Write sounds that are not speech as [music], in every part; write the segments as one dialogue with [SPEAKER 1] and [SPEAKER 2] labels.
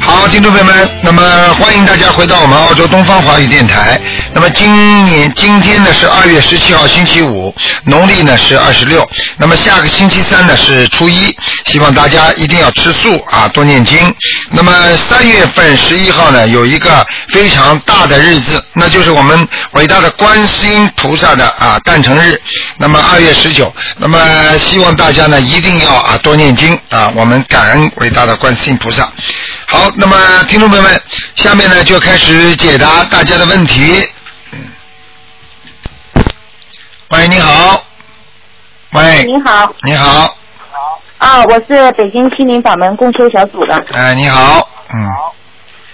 [SPEAKER 1] 好，听众朋友们，那么欢迎大家回到我们澳洲东方华语电台。那么今年今天呢是二月十七号星期五，农历呢是二十六。那么下个星期三呢是初一，希望大家一定要吃素啊，多念经。那么三月份十一号呢有一个非常大的日子，那就是我们伟大的观世音菩萨的啊诞辰日。那么二月十九，那么希望大家呢一定要啊多念经啊，我们感恩伟大的观世音菩萨。好，那么听众朋友们，下面呢就开始解答大家的问题。嗯，喂，你好，喂，
[SPEAKER 2] 您好，
[SPEAKER 1] 你好，
[SPEAKER 2] 啊，我是北京心灵法门共修小组的，
[SPEAKER 1] 哎，你好，嗯，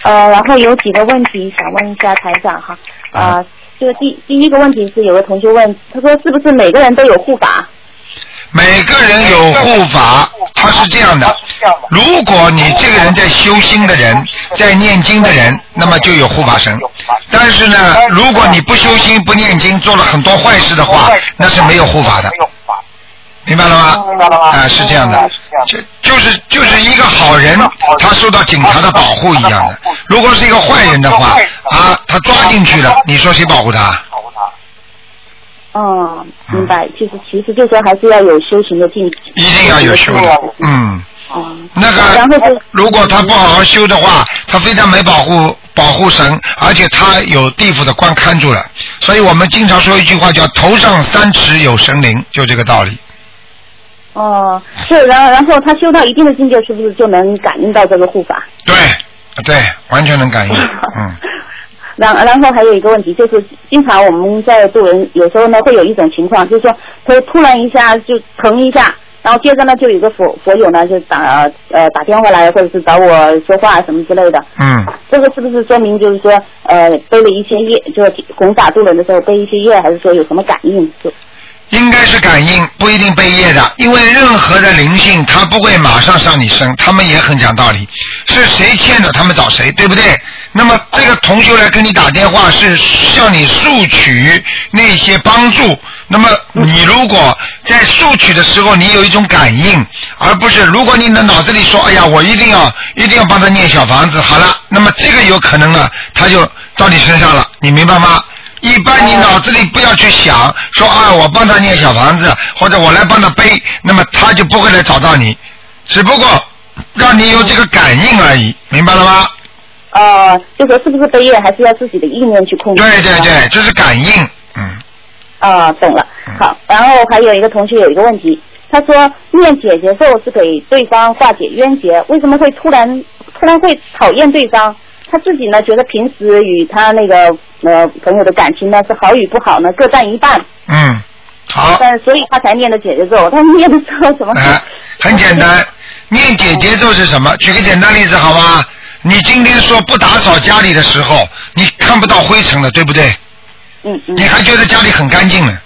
[SPEAKER 2] 呃，然后有几个问题想问一下台长哈，
[SPEAKER 1] 啊
[SPEAKER 2] 呃，就第第一个问题是有个同学问，他说是不是每个人都有护法？
[SPEAKER 1] 每个人有护法，他是这样的。如果你这个人在修心的人，在念经的人，那么就有护法神。但是呢，如果你不修心、不念经，做了很多坏事的话，那是没有护法的。明白了吗？
[SPEAKER 2] 明白了吗
[SPEAKER 1] 啊，是这样的，就就是就是一个好人，他受到警察的保护一样的。如果是一个坏人的话，啊，他抓进去了，你说谁保护他？啊
[SPEAKER 2] 嗯，明白，就是其实就说还是要有修行的境，
[SPEAKER 1] 一定要有修的，嗯。
[SPEAKER 2] 嗯，
[SPEAKER 1] 那
[SPEAKER 2] 然后
[SPEAKER 1] 个
[SPEAKER 2] 就，
[SPEAKER 1] 如果他不好好修的话，他非但没保护保护神，而且他有地府的官看住了。所以我们经常说一句话叫“头上三尺有神灵”，就这个道理。
[SPEAKER 2] 哦、对，然后然后他修到一定的境界，是不是就能感应到这个护法？
[SPEAKER 1] 对，对，完全能感应。嗯，
[SPEAKER 2] 然然后还有一个问题就是，经常我们在做人，有时候呢会有一种情况，就是说会突然一下就疼一下，然后接着呢就有一个佛佛友呢就打呃打电话来，或者是找我说话什么之类的。
[SPEAKER 1] 嗯，
[SPEAKER 2] 这个是不是说明就是说呃背了一些业，就是弘法渡人的时候背一些业，还是说有什么感应？就
[SPEAKER 1] 应该是感应，不一定背业的，因为任何的灵性，他不会马上上你身，他们也很讲道理，是谁欠的，他们找谁，对不对？那么这个同修来跟你打电话，是向你索取那些帮助。那么你如果在索取的时候，你有一种感应，而不是如果你的脑子里说，哎呀，我一定要一定要帮他念小房子，好了，那么这个有可能呢，他就到你身上了，你明白吗？一般你脑子里不要去想说啊，我帮他念小房子，或者我来帮他背，那么他就不会来找到你，只不过让你有这个感应而已，明白了吗？
[SPEAKER 2] 呃，就说是不是背业，还是要自己的意念去控制？
[SPEAKER 1] 对对对，这是感应，嗯，
[SPEAKER 2] 啊，懂了。好，然后还有一个同学有一个问题，他说念姐姐咒是给对方化解冤结，为什么会突然突然会讨厌对方？他自己呢觉得平时与他那个呃朋友的感情呢是好与不好呢各占一半，
[SPEAKER 1] 嗯，好，
[SPEAKER 2] 但所以他才念的姐姐咒。他念的时候怎么？
[SPEAKER 1] 哎，很简单，念姐姐咒是什么？举个简单例子好吗？你今天说不打扫家里的时候，你看不到灰尘了，对不对？
[SPEAKER 2] 嗯嗯
[SPEAKER 1] 你还觉得家里很干净呢？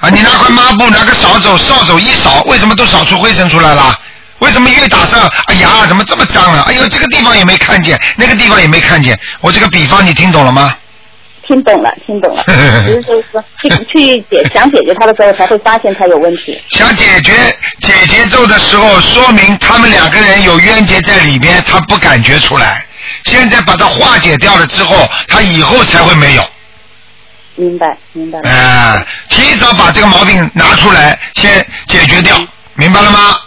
[SPEAKER 1] 啊，你拿块抹布，拿个扫帚，扫帚一扫，为什么都扫出灰尘出来了？为什么越打扫，哎呀，怎么这么脏啊？哎呦，这个地方也没看见，那个地方也没看见。我这个比方你听懂了吗？
[SPEAKER 2] 听懂了，听懂了。只是就是说去去解想解决他的时候才会发现他有问题。
[SPEAKER 1] 想解决解节奏的时候，说明他们两个人有冤结在里边，他不感觉出来。现在把它化解掉了之后，他以后才会没有。
[SPEAKER 2] 明白，明白了。
[SPEAKER 1] 哎、提早把这个毛病拿出来，先解决掉，明白了吗？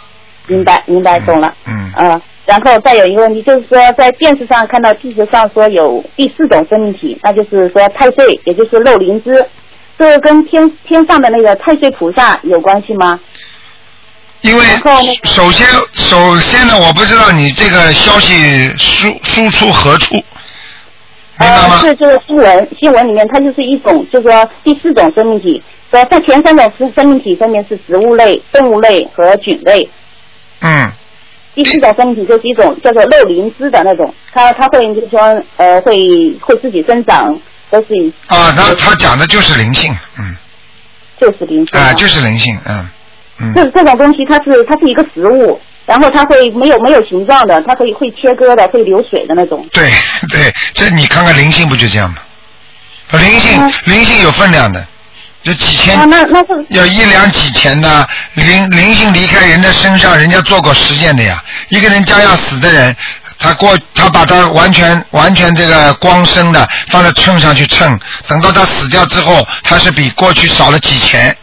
[SPEAKER 2] 明白，明白，懂了。
[SPEAKER 1] 嗯
[SPEAKER 2] 呃，然后再有一个问题，就是说在电视上看到地球上说有第四种生命体，那就是说太岁，也就是肉灵芝，这跟天天上的那个太岁菩萨有关系吗？
[SPEAKER 1] 因为
[SPEAKER 2] 然后呢
[SPEAKER 1] 首先首先呢，我不知道你这个消息输输出何处，明白
[SPEAKER 2] 呃，
[SPEAKER 1] 吗？
[SPEAKER 2] 是这个新闻新闻里面，它就是一种，就是说第四种生命体。说在前三种生生命体分别是植物类、动物类和菌类，
[SPEAKER 1] 嗯，
[SPEAKER 2] 第四种生命体就是一种叫做肉灵芝的那种，它它会就是说呃会会自己生长，都是以
[SPEAKER 1] 啊，他他讲的就是灵性，嗯，
[SPEAKER 2] 就是灵芝嘛。
[SPEAKER 1] 啊，就是灵性，嗯，嗯，
[SPEAKER 2] 这这种东西它是它是一个食物，然后它会没有没有形状的，它会会切割的，会流水的那种。
[SPEAKER 1] 对 [laughs] 对，这你看看灵性不就这样吗？灵性灵性有分量的，这几千
[SPEAKER 2] 嗯啊，那那是
[SPEAKER 1] 要一两几钱的灵灵性离开人的身上，人家做过实践的呀。一个人将要死的人，他过他把他完全完全这个光身的放在秤上去称，等到他死掉之后，他是比过去少了几钱，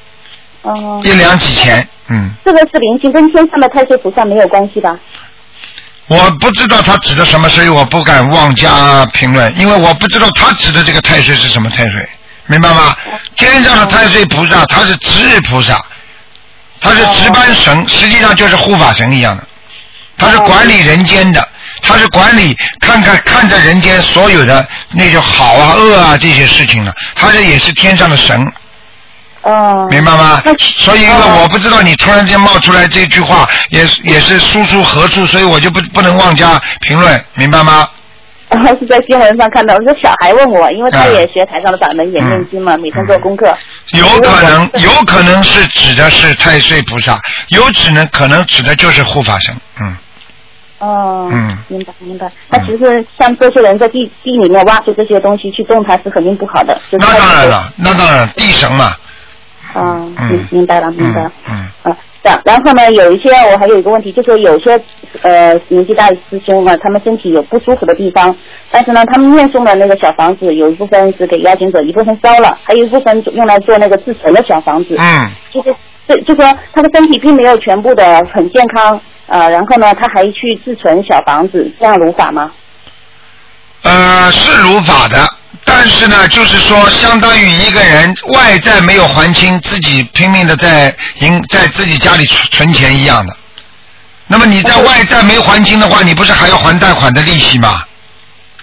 [SPEAKER 2] 哦、
[SPEAKER 1] 一两几钱，嗯。
[SPEAKER 2] 这个是灵性，跟天上的太岁菩萨没有关系吧？ [laughs]
[SPEAKER 1] 我不知道他指的什么，所以我不敢妄加评论，因为我不知道他指的这个太岁是什么太岁，明白吗？天上的太岁菩萨，他是值日菩萨，他是值班神，实际上就是护法神一样的，他是管理人间的，他是管理看看看着人间所有的那种好啊、恶啊这些事情的，他这也是天上的神，
[SPEAKER 3] 嗯
[SPEAKER 2] 哦、
[SPEAKER 1] 明白吗
[SPEAKER 2] 那？哦
[SPEAKER 1] 所以因为我不知道你突然间冒出来这句话，也是也是输出何处，所以我就不不能妄加评论，明白吗？
[SPEAKER 2] 然后是在新闻上看到，这小孩问我，因为他
[SPEAKER 1] 啊嗯
[SPEAKER 2] 也学台上的法门，也念经嘛，每天做功课。
[SPEAKER 1] 有可能，有可能是指的是太岁菩萨，有只能可能指的就是护法神，嗯，
[SPEAKER 2] 哦，
[SPEAKER 1] 嗯
[SPEAKER 2] 明白明白。那其实像这些人在地地里面挖出这些东西去种它是肯定不好的。就是
[SPEAKER 1] 那
[SPEAKER 2] 它
[SPEAKER 1] 当然。了，那当然，地神嘛，
[SPEAKER 2] 嗯，
[SPEAKER 1] 嗯
[SPEAKER 2] 明明白了明白了
[SPEAKER 1] 嗯。嗯，
[SPEAKER 2] 啊，然然后呢，有一些我还有一个问题，就是有些呃年纪大的师兄啊，他们身体有不舒服的地方，但是呢，他们念诵的那个小房子，有一部分是给邀请者，一部分烧了，还有一部分用来做那个制成的小房子。
[SPEAKER 1] 嗯，
[SPEAKER 2] 就是对，就说他的身体并没有全部的很健康啊、呃然后呢，他还去自存小房子，这样如法吗？
[SPEAKER 1] 呃，是如法的，但是呢，就是说，相当于一个人外债没有还清，自己拼命的在银在自己家里存存钱一样的。那么你在外债没还清的话，你不是还要还贷款的利息吗？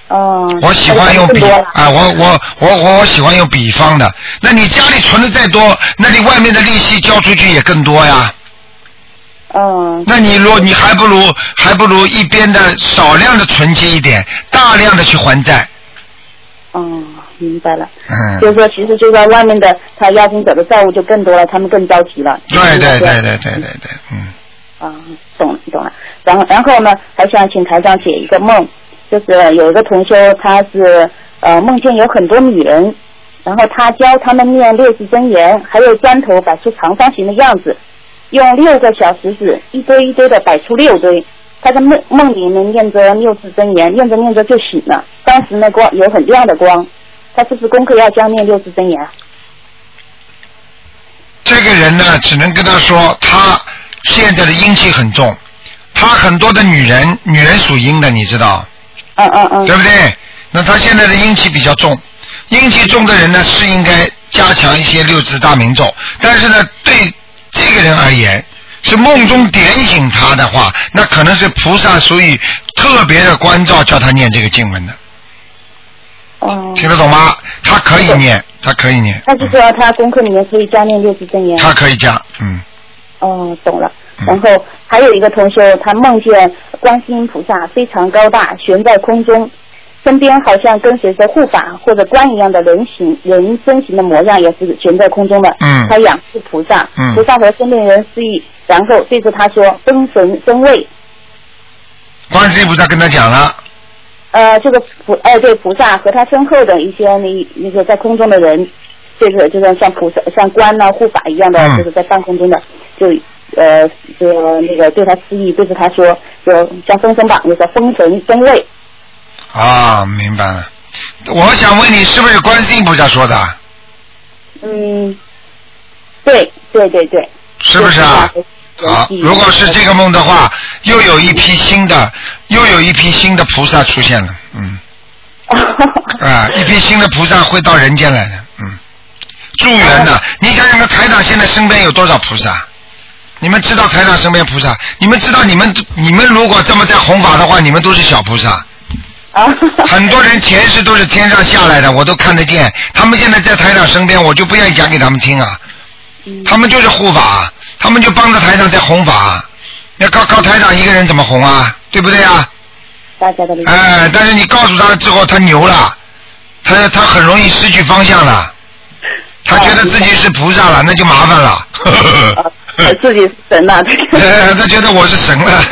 [SPEAKER 2] 哦、
[SPEAKER 1] 我喜欢用
[SPEAKER 2] 那就
[SPEAKER 1] 比
[SPEAKER 2] 更多
[SPEAKER 4] 嗯
[SPEAKER 2] 了
[SPEAKER 1] 啊，我我我我我喜欢用比方的。那你家里存的再多，那你外面的利息交出去也更多呀。
[SPEAKER 2] 嗯、
[SPEAKER 1] 那你若你还不如还不如一边的少量的存积一点，大量的去还债。
[SPEAKER 2] 嗯，明白了。就
[SPEAKER 1] 嗯，
[SPEAKER 2] 是说，其实就是说，外面的他邀请者的债务就更多了，他们更着急了。
[SPEAKER 1] 对对对对对对对，嗯，
[SPEAKER 2] 啊，懂了懂了。然后然后呢，还想请台长解一个梦，就是有一个同修，他是呃梦见有很多女人，然后他教他们念六字真言，还有砖头摆出长方形的样子，用六个小石子一堆一堆的摆出六堆。他在梦梦里面念着六字真言，念着念着就醒了，当时那光有很亮的光。他是不是功课要教念六字真言啊？
[SPEAKER 1] 这个人呢，只能跟他说，他现在的阴气很重，他很多的女人，女人属阴的，你知道。
[SPEAKER 2] 嗯嗯嗯。
[SPEAKER 1] 对不对？那他现在的阴气比较重，阴气重的人呢是应该加强一些六字大明咒，但是呢，对这个人而言，是梦中点醒他的话，那可能是菩萨属于特别的关照，叫他念这个经文的，
[SPEAKER 2] 哦、
[SPEAKER 1] 听得懂吗？他可以念，他可以念，
[SPEAKER 2] 那就说他功课里面可以加念六字真言。
[SPEAKER 1] 他可以加，嗯，
[SPEAKER 2] 哦，懂了
[SPEAKER 1] 嗯。
[SPEAKER 2] 然后还有一个同学，他梦见观世音菩萨非常高大，悬在空中，身边好像跟随着护法或者观一样的人形人身形的模样，也是悬在空中的。
[SPEAKER 1] 嗯
[SPEAKER 2] 他仰视菩萨，
[SPEAKER 1] 嗯
[SPEAKER 2] 菩萨和身边人示意，然后对着他说：“灯神真位。
[SPEAKER 1] 观世音菩萨跟他讲了，”
[SPEAKER 2] 呃，这个菩哎对菩萨和他身后的一些那那个在空中的人，就是就是像菩萨像官呐、护法一样的
[SPEAKER 1] 嗯，
[SPEAKER 2] 就是在半空中的，就呃就那个对他示意，对着他说，就像封神榜那个封神真位，
[SPEAKER 1] 啊，明白了。我想问你，是不是观世音菩萨说的？
[SPEAKER 2] 嗯，对对对对，
[SPEAKER 1] 是不是啊？好，如果是这个梦的话，又有一批新的，又有一批新的菩萨出现了，嗯，
[SPEAKER 2] 个，
[SPEAKER 1] 啊，一批新的菩萨会到人间来的，嗯，助缘的。你想想看，台长现在身边有多少菩萨？你们知道台长身边菩萨？你们知道你们你们如果这么在弘法的话，你们都是小菩萨。
[SPEAKER 2] 啊，
[SPEAKER 1] 很多人前世都是天上下来的，我都看得见。他们现在在台长身边，我就不愿意讲给他们听啊。他们就是护法，他们就帮着台长在弘法。要靠靠台长一个人怎么弘啊？对不对啊？
[SPEAKER 2] 大家的理解
[SPEAKER 1] 哎、但是你告诉他了之后，他牛了，他他很容易失去方向了，他觉得自己是菩萨了，那就麻烦了。
[SPEAKER 2] 啊呃自己是神
[SPEAKER 1] [laughs]
[SPEAKER 2] 呐、
[SPEAKER 1] 呃他觉得我是神了，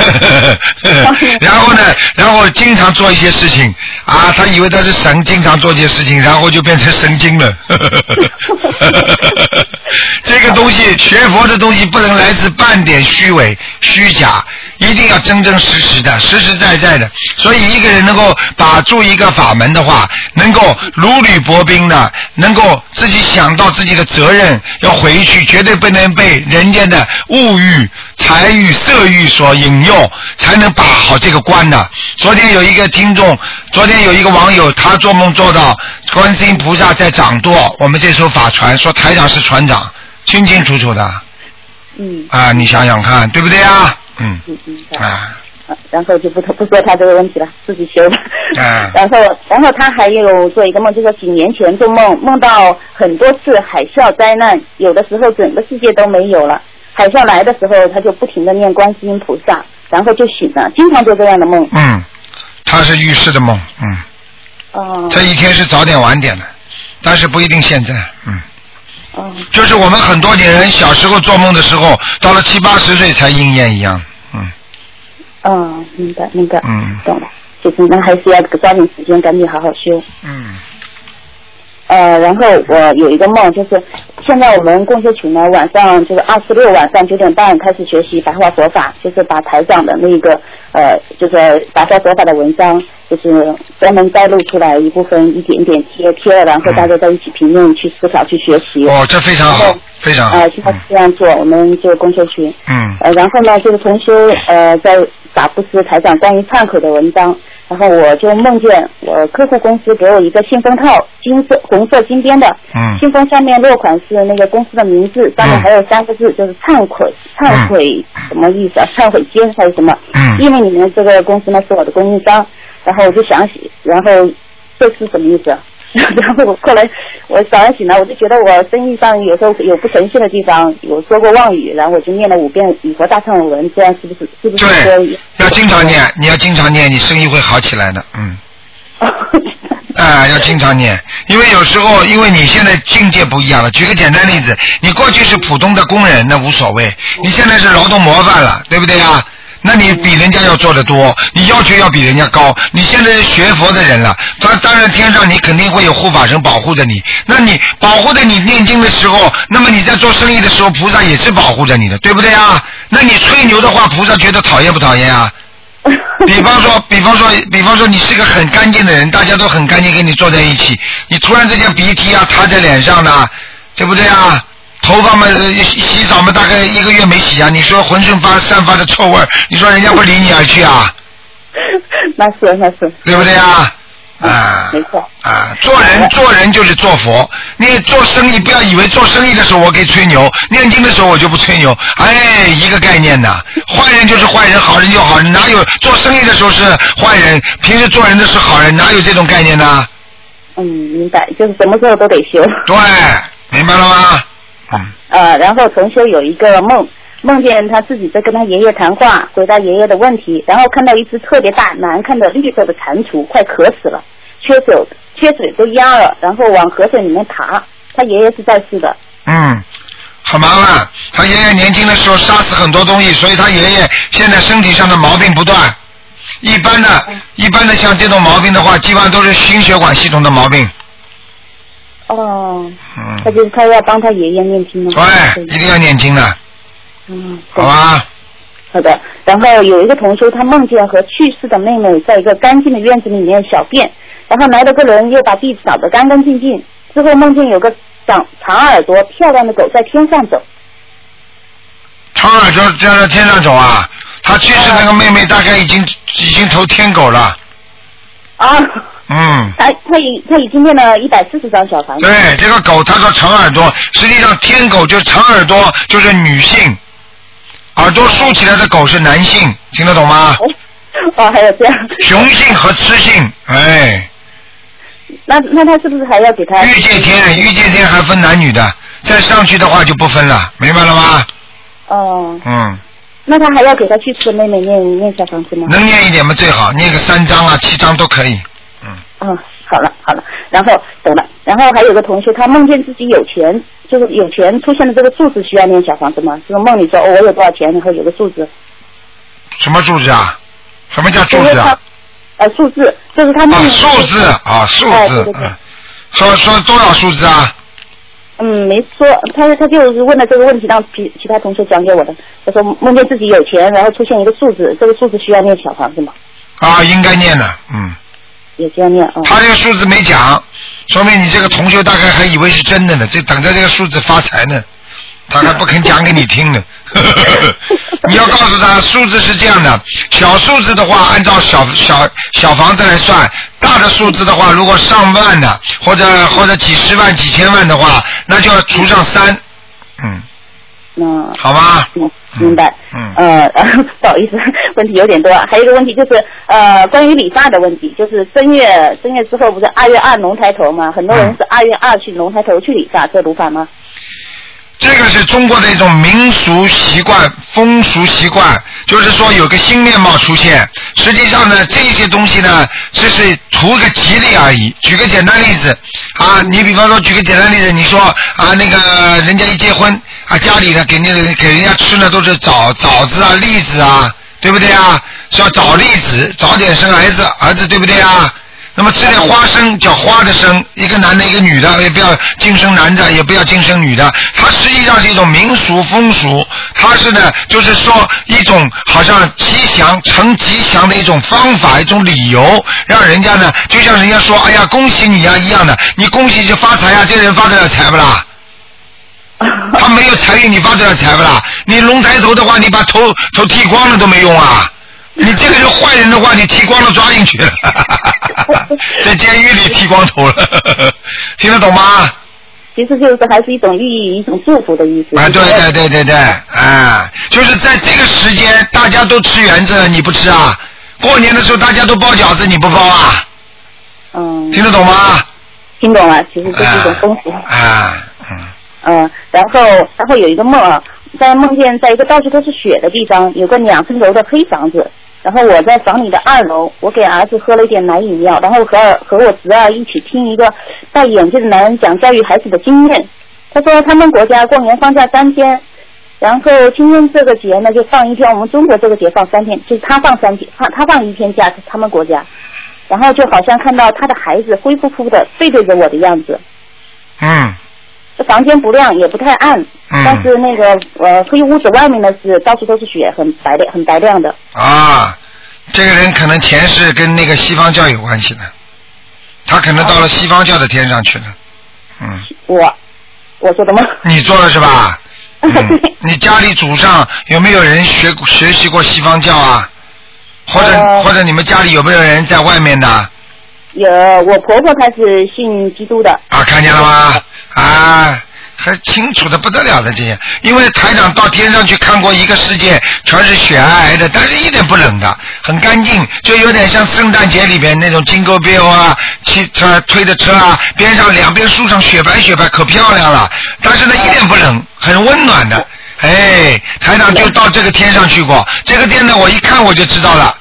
[SPEAKER 2] [laughs]
[SPEAKER 1] 然后呢，然后经常做一些事情啊，他以为他是神，经常做一些事情，然后就变成神经
[SPEAKER 2] [laughs]
[SPEAKER 1] 了。 [laughs] 这个东西，学佛的东西不能来自半点虚伪、虚假，一定要真真实实的、实实在在的。所以，一个人能够把住一个法门的话，能够如履薄冰的，能够自己想到自己的责任，要回去，绝对不能被人间的物欲、财欲、色欲所引诱，才能把好这个关呢。昨天有一个听众，昨天有一个网友，他做梦做到观世音菩萨在掌舵，我们这艘法船，说台长是船长，清清楚楚的
[SPEAKER 2] 嗯
[SPEAKER 1] 啊，你想想看，对不对啊？嗯
[SPEAKER 2] 嗯嗯。
[SPEAKER 1] 啊
[SPEAKER 2] 呃然后就不不说他这个问题了，自己修吧。[laughs]
[SPEAKER 1] 啊
[SPEAKER 2] 然后，然后他还有做一个梦，就说几年前做梦，梦到很多次海啸灾难，有的时候整个世界都没有了。海啸来的时候，他就不停的念观世音菩萨，然后就醒了，经常做这样的梦。
[SPEAKER 1] 嗯，他是预示的梦，嗯，
[SPEAKER 2] 哦
[SPEAKER 1] 这一天是早点晚点的，但是不一定现在，嗯。
[SPEAKER 2] 哦
[SPEAKER 1] 就是我们很多年人小时候做梦的时候，到了七八十岁才应验一样。嗯
[SPEAKER 2] 哦，明白明白，
[SPEAKER 1] 嗯
[SPEAKER 2] 懂了。就是那还是要抓紧时间，赶紧好好修。
[SPEAKER 1] 嗯
[SPEAKER 2] 呃，然后我有一个梦，就是现在我们共修群呢，晚上就是二十六晚上九点半开始学习白话佛法，就是把台长的那个呃，就是白话佛法的文章，就是专门摘录出来一部分，一点一点贴贴了，然后大家在一起评论、去思考、去学习。
[SPEAKER 1] 哦，这非常
[SPEAKER 2] 然
[SPEAKER 1] 好
[SPEAKER 2] 后，
[SPEAKER 1] 非常好
[SPEAKER 2] 呃，。现在这样做，我们就共修群。
[SPEAKER 1] 嗯
[SPEAKER 2] 呃，然后呢，这个同修呃在打布斯台长关于忏悔的文章，然后我就梦见我客户公司给我一个信封套，金色红色金边的，
[SPEAKER 1] 嗯
[SPEAKER 2] 信封上面落款是那个公司的名字，上面还有三个字，就是忏悔，忏悔什么意思啊？忏悔金还是什么？
[SPEAKER 1] 嗯
[SPEAKER 2] 因为你们这个公司呢是我的供应商，然后我就想起，然后这是什么意思啊？ [laughs] 然后我后来我早上醒来，我就觉得我生意上有时候有不诚信的地方，有说过妄语，然后我就念了五遍礼佛大忏悔文，这样是不是是不是说
[SPEAKER 1] 对，要经常念，你要经常念，你生意会好起来的。嗯。啊，要经常念，因为有时候，因为你现在境界不一样了。举个简单例子，你过去是普通的工人，那无所谓；你现在是劳动模范了，对不对啊？那你比人家要做得多，你要求要比人家高。你现在是学佛的人了，当当然天上你肯定会有护法神保护着你。那你保护着你念经的时候，那么你在做生意的时候，菩萨也是保护着你的，对不对啊？那你吹牛的话，菩萨觉得讨厌不讨厌啊？比方说，比方说，比方说，你是个很干净的人，大家都很干净，跟你坐在一起，你突然之间鼻涕啊擦在脸上的，对不对啊？头发嘛，呃洗洗澡嘛，大概一个月没洗啊，你说浑身发散发着臭味儿，你说人家会离你而去啊，
[SPEAKER 2] 那是那是
[SPEAKER 1] 对不对啊？啊
[SPEAKER 2] 没错，
[SPEAKER 1] 啊，做人做人就是做佛。你做生意不要以为做生意的时候我可以吹牛，念经的时候我就不吹牛，哎，一个概念呐。坏人就是坏人，好人就好人，哪有做生意的时候是坏人，平时做人的是好人，哪有这种概念呢？
[SPEAKER 2] 嗯明白，就是什么时候都得修。
[SPEAKER 1] 对，明白了吗？嗯
[SPEAKER 2] 呃，然后同修有一个梦，梦见他自己在跟他爷爷谈话，回答爷爷的问题，然后看到一只特别大难看的绿色的蟾蜍，快渴死了，缺水缺水都淹了，然后往河水里面爬。他爷爷是在世的，
[SPEAKER 1] 嗯，很麻烦。他爷爷年轻的时候杀死很多东西，所以他爷爷现在身体上的毛病不断。一般的，一般的像这种毛病的话，基本上都是心血管系统的毛病。
[SPEAKER 2] 哦，
[SPEAKER 1] 嗯。
[SPEAKER 2] 他就是他要帮他爷爷念经了。
[SPEAKER 1] 对，一定要念经啊的，
[SPEAKER 2] 嗯，
[SPEAKER 1] 好吧？
[SPEAKER 2] 好的，然后有一个同修，他梦见和去世的妹妹在一个干净的院子里面小便，然后来了个人又把地扫得干干净净，之后梦见有个长长耳朵漂亮的狗在天上走。
[SPEAKER 1] 长耳朵在那天上走啊，他去世那个妹
[SPEAKER 2] 哎
[SPEAKER 1] 妹大概已经已经投天狗了，
[SPEAKER 2] 啊， [laughs]
[SPEAKER 1] 嗯。
[SPEAKER 2] 他他已他已经念了一百四十张小房子。
[SPEAKER 1] 对，这个狗，他说长耳朵，实际上天狗就是长耳朵，就是女性，耳朵竖起来的狗是男性，听得懂吗？
[SPEAKER 2] 哦，还有这样，
[SPEAKER 1] 雄性和雌性，哎，
[SPEAKER 2] 那那他是不是还要给他？
[SPEAKER 1] 御界天，御界天还分男女的，再上去的话就不分了，明白了吗？
[SPEAKER 2] 哦，
[SPEAKER 1] 嗯，
[SPEAKER 2] 那他还要给他去世的妹妹念念小房子吗？
[SPEAKER 1] 能念一点嘛最好，念个三章啊七章都可以，嗯。
[SPEAKER 2] 啊嗯，好了好了，然后懂了，然后还有个同学，他梦见自己有钱，就是有钱出现的这个数字需要念小房子吗？就是梦里说、哦、我有多少钱，然后有个数字。
[SPEAKER 1] 什么柱子啊？什么叫柱
[SPEAKER 2] 因为
[SPEAKER 1] 子
[SPEAKER 2] 他
[SPEAKER 1] 啊？
[SPEAKER 2] 呃，数字就是他
[SPEAKER 1] 啊
[SPEAKER 2] 梦，里
[SPEAKER 1] 数字啊，数
[SPEAKER 2] 哎对
[SPEAKER 1] 字
[SPEAKER 2] 对，对
[SPEAKER 1] 嗯，说说多少数字啊？
[SPEAKER 2] 嗯，没说，他他就是问了这个问题，让其其他同学转给我的。他说梦见自己有钱，然后出现一个数字，这个数字需要念小房子吗？
[SPEAKER 1] 啊，应该念的，嗯，
[SPEAKER 2] 也需要念啊。
[SPEAKER 1] 他这个数字没讲，说明你这个同学大概还以为是真的呢，就等着这个数字发财呢，他还不肯讲给你听呢。 [laughs] 你要告诉他，数字是这样的，小数字的话按照小小小房子来算，大的数字的话，如果上万的或者或者几十万、几千万的话，那就要除上三，嗯，
[SPEAKER 2] 嗯，
[SPEAKER 1] 好吧？
[SPEAKER 2] 嗯，明白。
[SPEAKER 1] 嗯
[SPEAKER 2] 呃， [laughs] 不好意思，问题有点多啊。还有一个问题就是，呃，关于理发的问题，就是正月正月之后不是二月二龙抬头吗？很多
[SPEAKER 1] 嗯
[SPEAKER 2] 人是二月二去龙抬头去理发，这如法吗？
[SPEAKER 1] 这个是中国的一种民俗习惯、风俗习惯，就是说有个新面貌出现。实际上呢，这些东西呢，只是图个吉利而已。举个简单例子啊，你比方说举个简单例子，你说啊，那个人家一结婚啊，家里呢给那个给人家吃呢都是枣枣子啊、栗子啊，对不对啊？说早栗子，早点生儿子，儿子对不对啊？那么吃点花生叫花的生，一个男的，一个女的，也不要净生男的，也不要净生女的。它实际上是一种民俗风俗，它是呢，就是说一种好像吉祥成吉祥的一种方法，一种理由，让人家呢，就像人家说，哎呀，恭喜你呀、一样的，你恭喜就发财呀、啊这人发得了财不啦？ [laughs] 他没有财运，你发得了财不啦？你龙抬头的话，你把头头剃光了都没用啊！你这个人坏人的话，你剃光了抓进去了， [laughs] 在监狱里剃光头了， [laughs] 听得懂吗？
[SPEAKER 2] 其实就是还是一种寓意，一种祝福的意思。
[SPEAKER 1] 啊，对对对对对，啊，就是在这个时间，大家都吃圆子了，你不吃啊？过年的时候大家都包饺子，你不包啊？
[SPEAKER 2] 嗯，
[SPEAKER 1] 听得懂吗？
[SPEAKER 2] 听懂了，其实这
[SPEAKER 1] 啊
[SPEAKER 2] 是一种风俗。
[SPEAKER 1] 啊，嗯，
[SPEAKER 2] 嗯，然后然后有一个梦啊，在梦见在一个到处都是雪的地方，有个两层楼的黑房子。然后我在房里的二楼，我给儿子喝了一点奶饮料，然后和儿和我侄儿一起听一个戴眼镜的男人讲教育孩子的经验。他说他们国家过年放假三天，然后今天这个节呢就放一天，我们中国这个节放三天，就是他放三天，他他放一天假，他们国家。然后就好像看到他的孩子灰扑扑的背对着我的样子，
[SPEAKER 1] 嗯，
[SPEAKER 2] 房间不亮也不太暗，
[SPEAKER 1] 嗯
[SPEAKER 2] 但是那个呃黑屋子外面呢是到处都是雪，很白亮很白亮的。
[SPEAKER 1] 啊，这个人可能前世跟那个西方教有关系的，他可能到了西方教的天上去了，嗯。
[SPEAKER 2] 我我说的吗？
[SPEAKER 1] 你做了
[SPEAKER 2] [laughs]
[SPEAKER 1] 是吧？嗯
[SPEAKER 2] 对，
[SPEAKER 1] 你家里祖上有没有人学学习过西方教啊？或者、
[SPEAKER 2] 呃
[SPEAKER 1] 或者你们家里有没有人在外面的啊？
[SPEAKER 2] 有我婆婆她是信基督的，
[SPEAKER 1] 看见了吗？啊，还清楚的不得了的这些，因为台长到天上去看过一个世界，全是雪皑皑的，但是一点不冷的，很干净，就有点像圣诞节里边那种金钩标啊，汽车推着车啊，边上两边树上雪白雪白，可漂亮了，但是呢一点不冷，很温暖的。哎，台长就到这个天上去过，这个店呢，我一看我就知道了，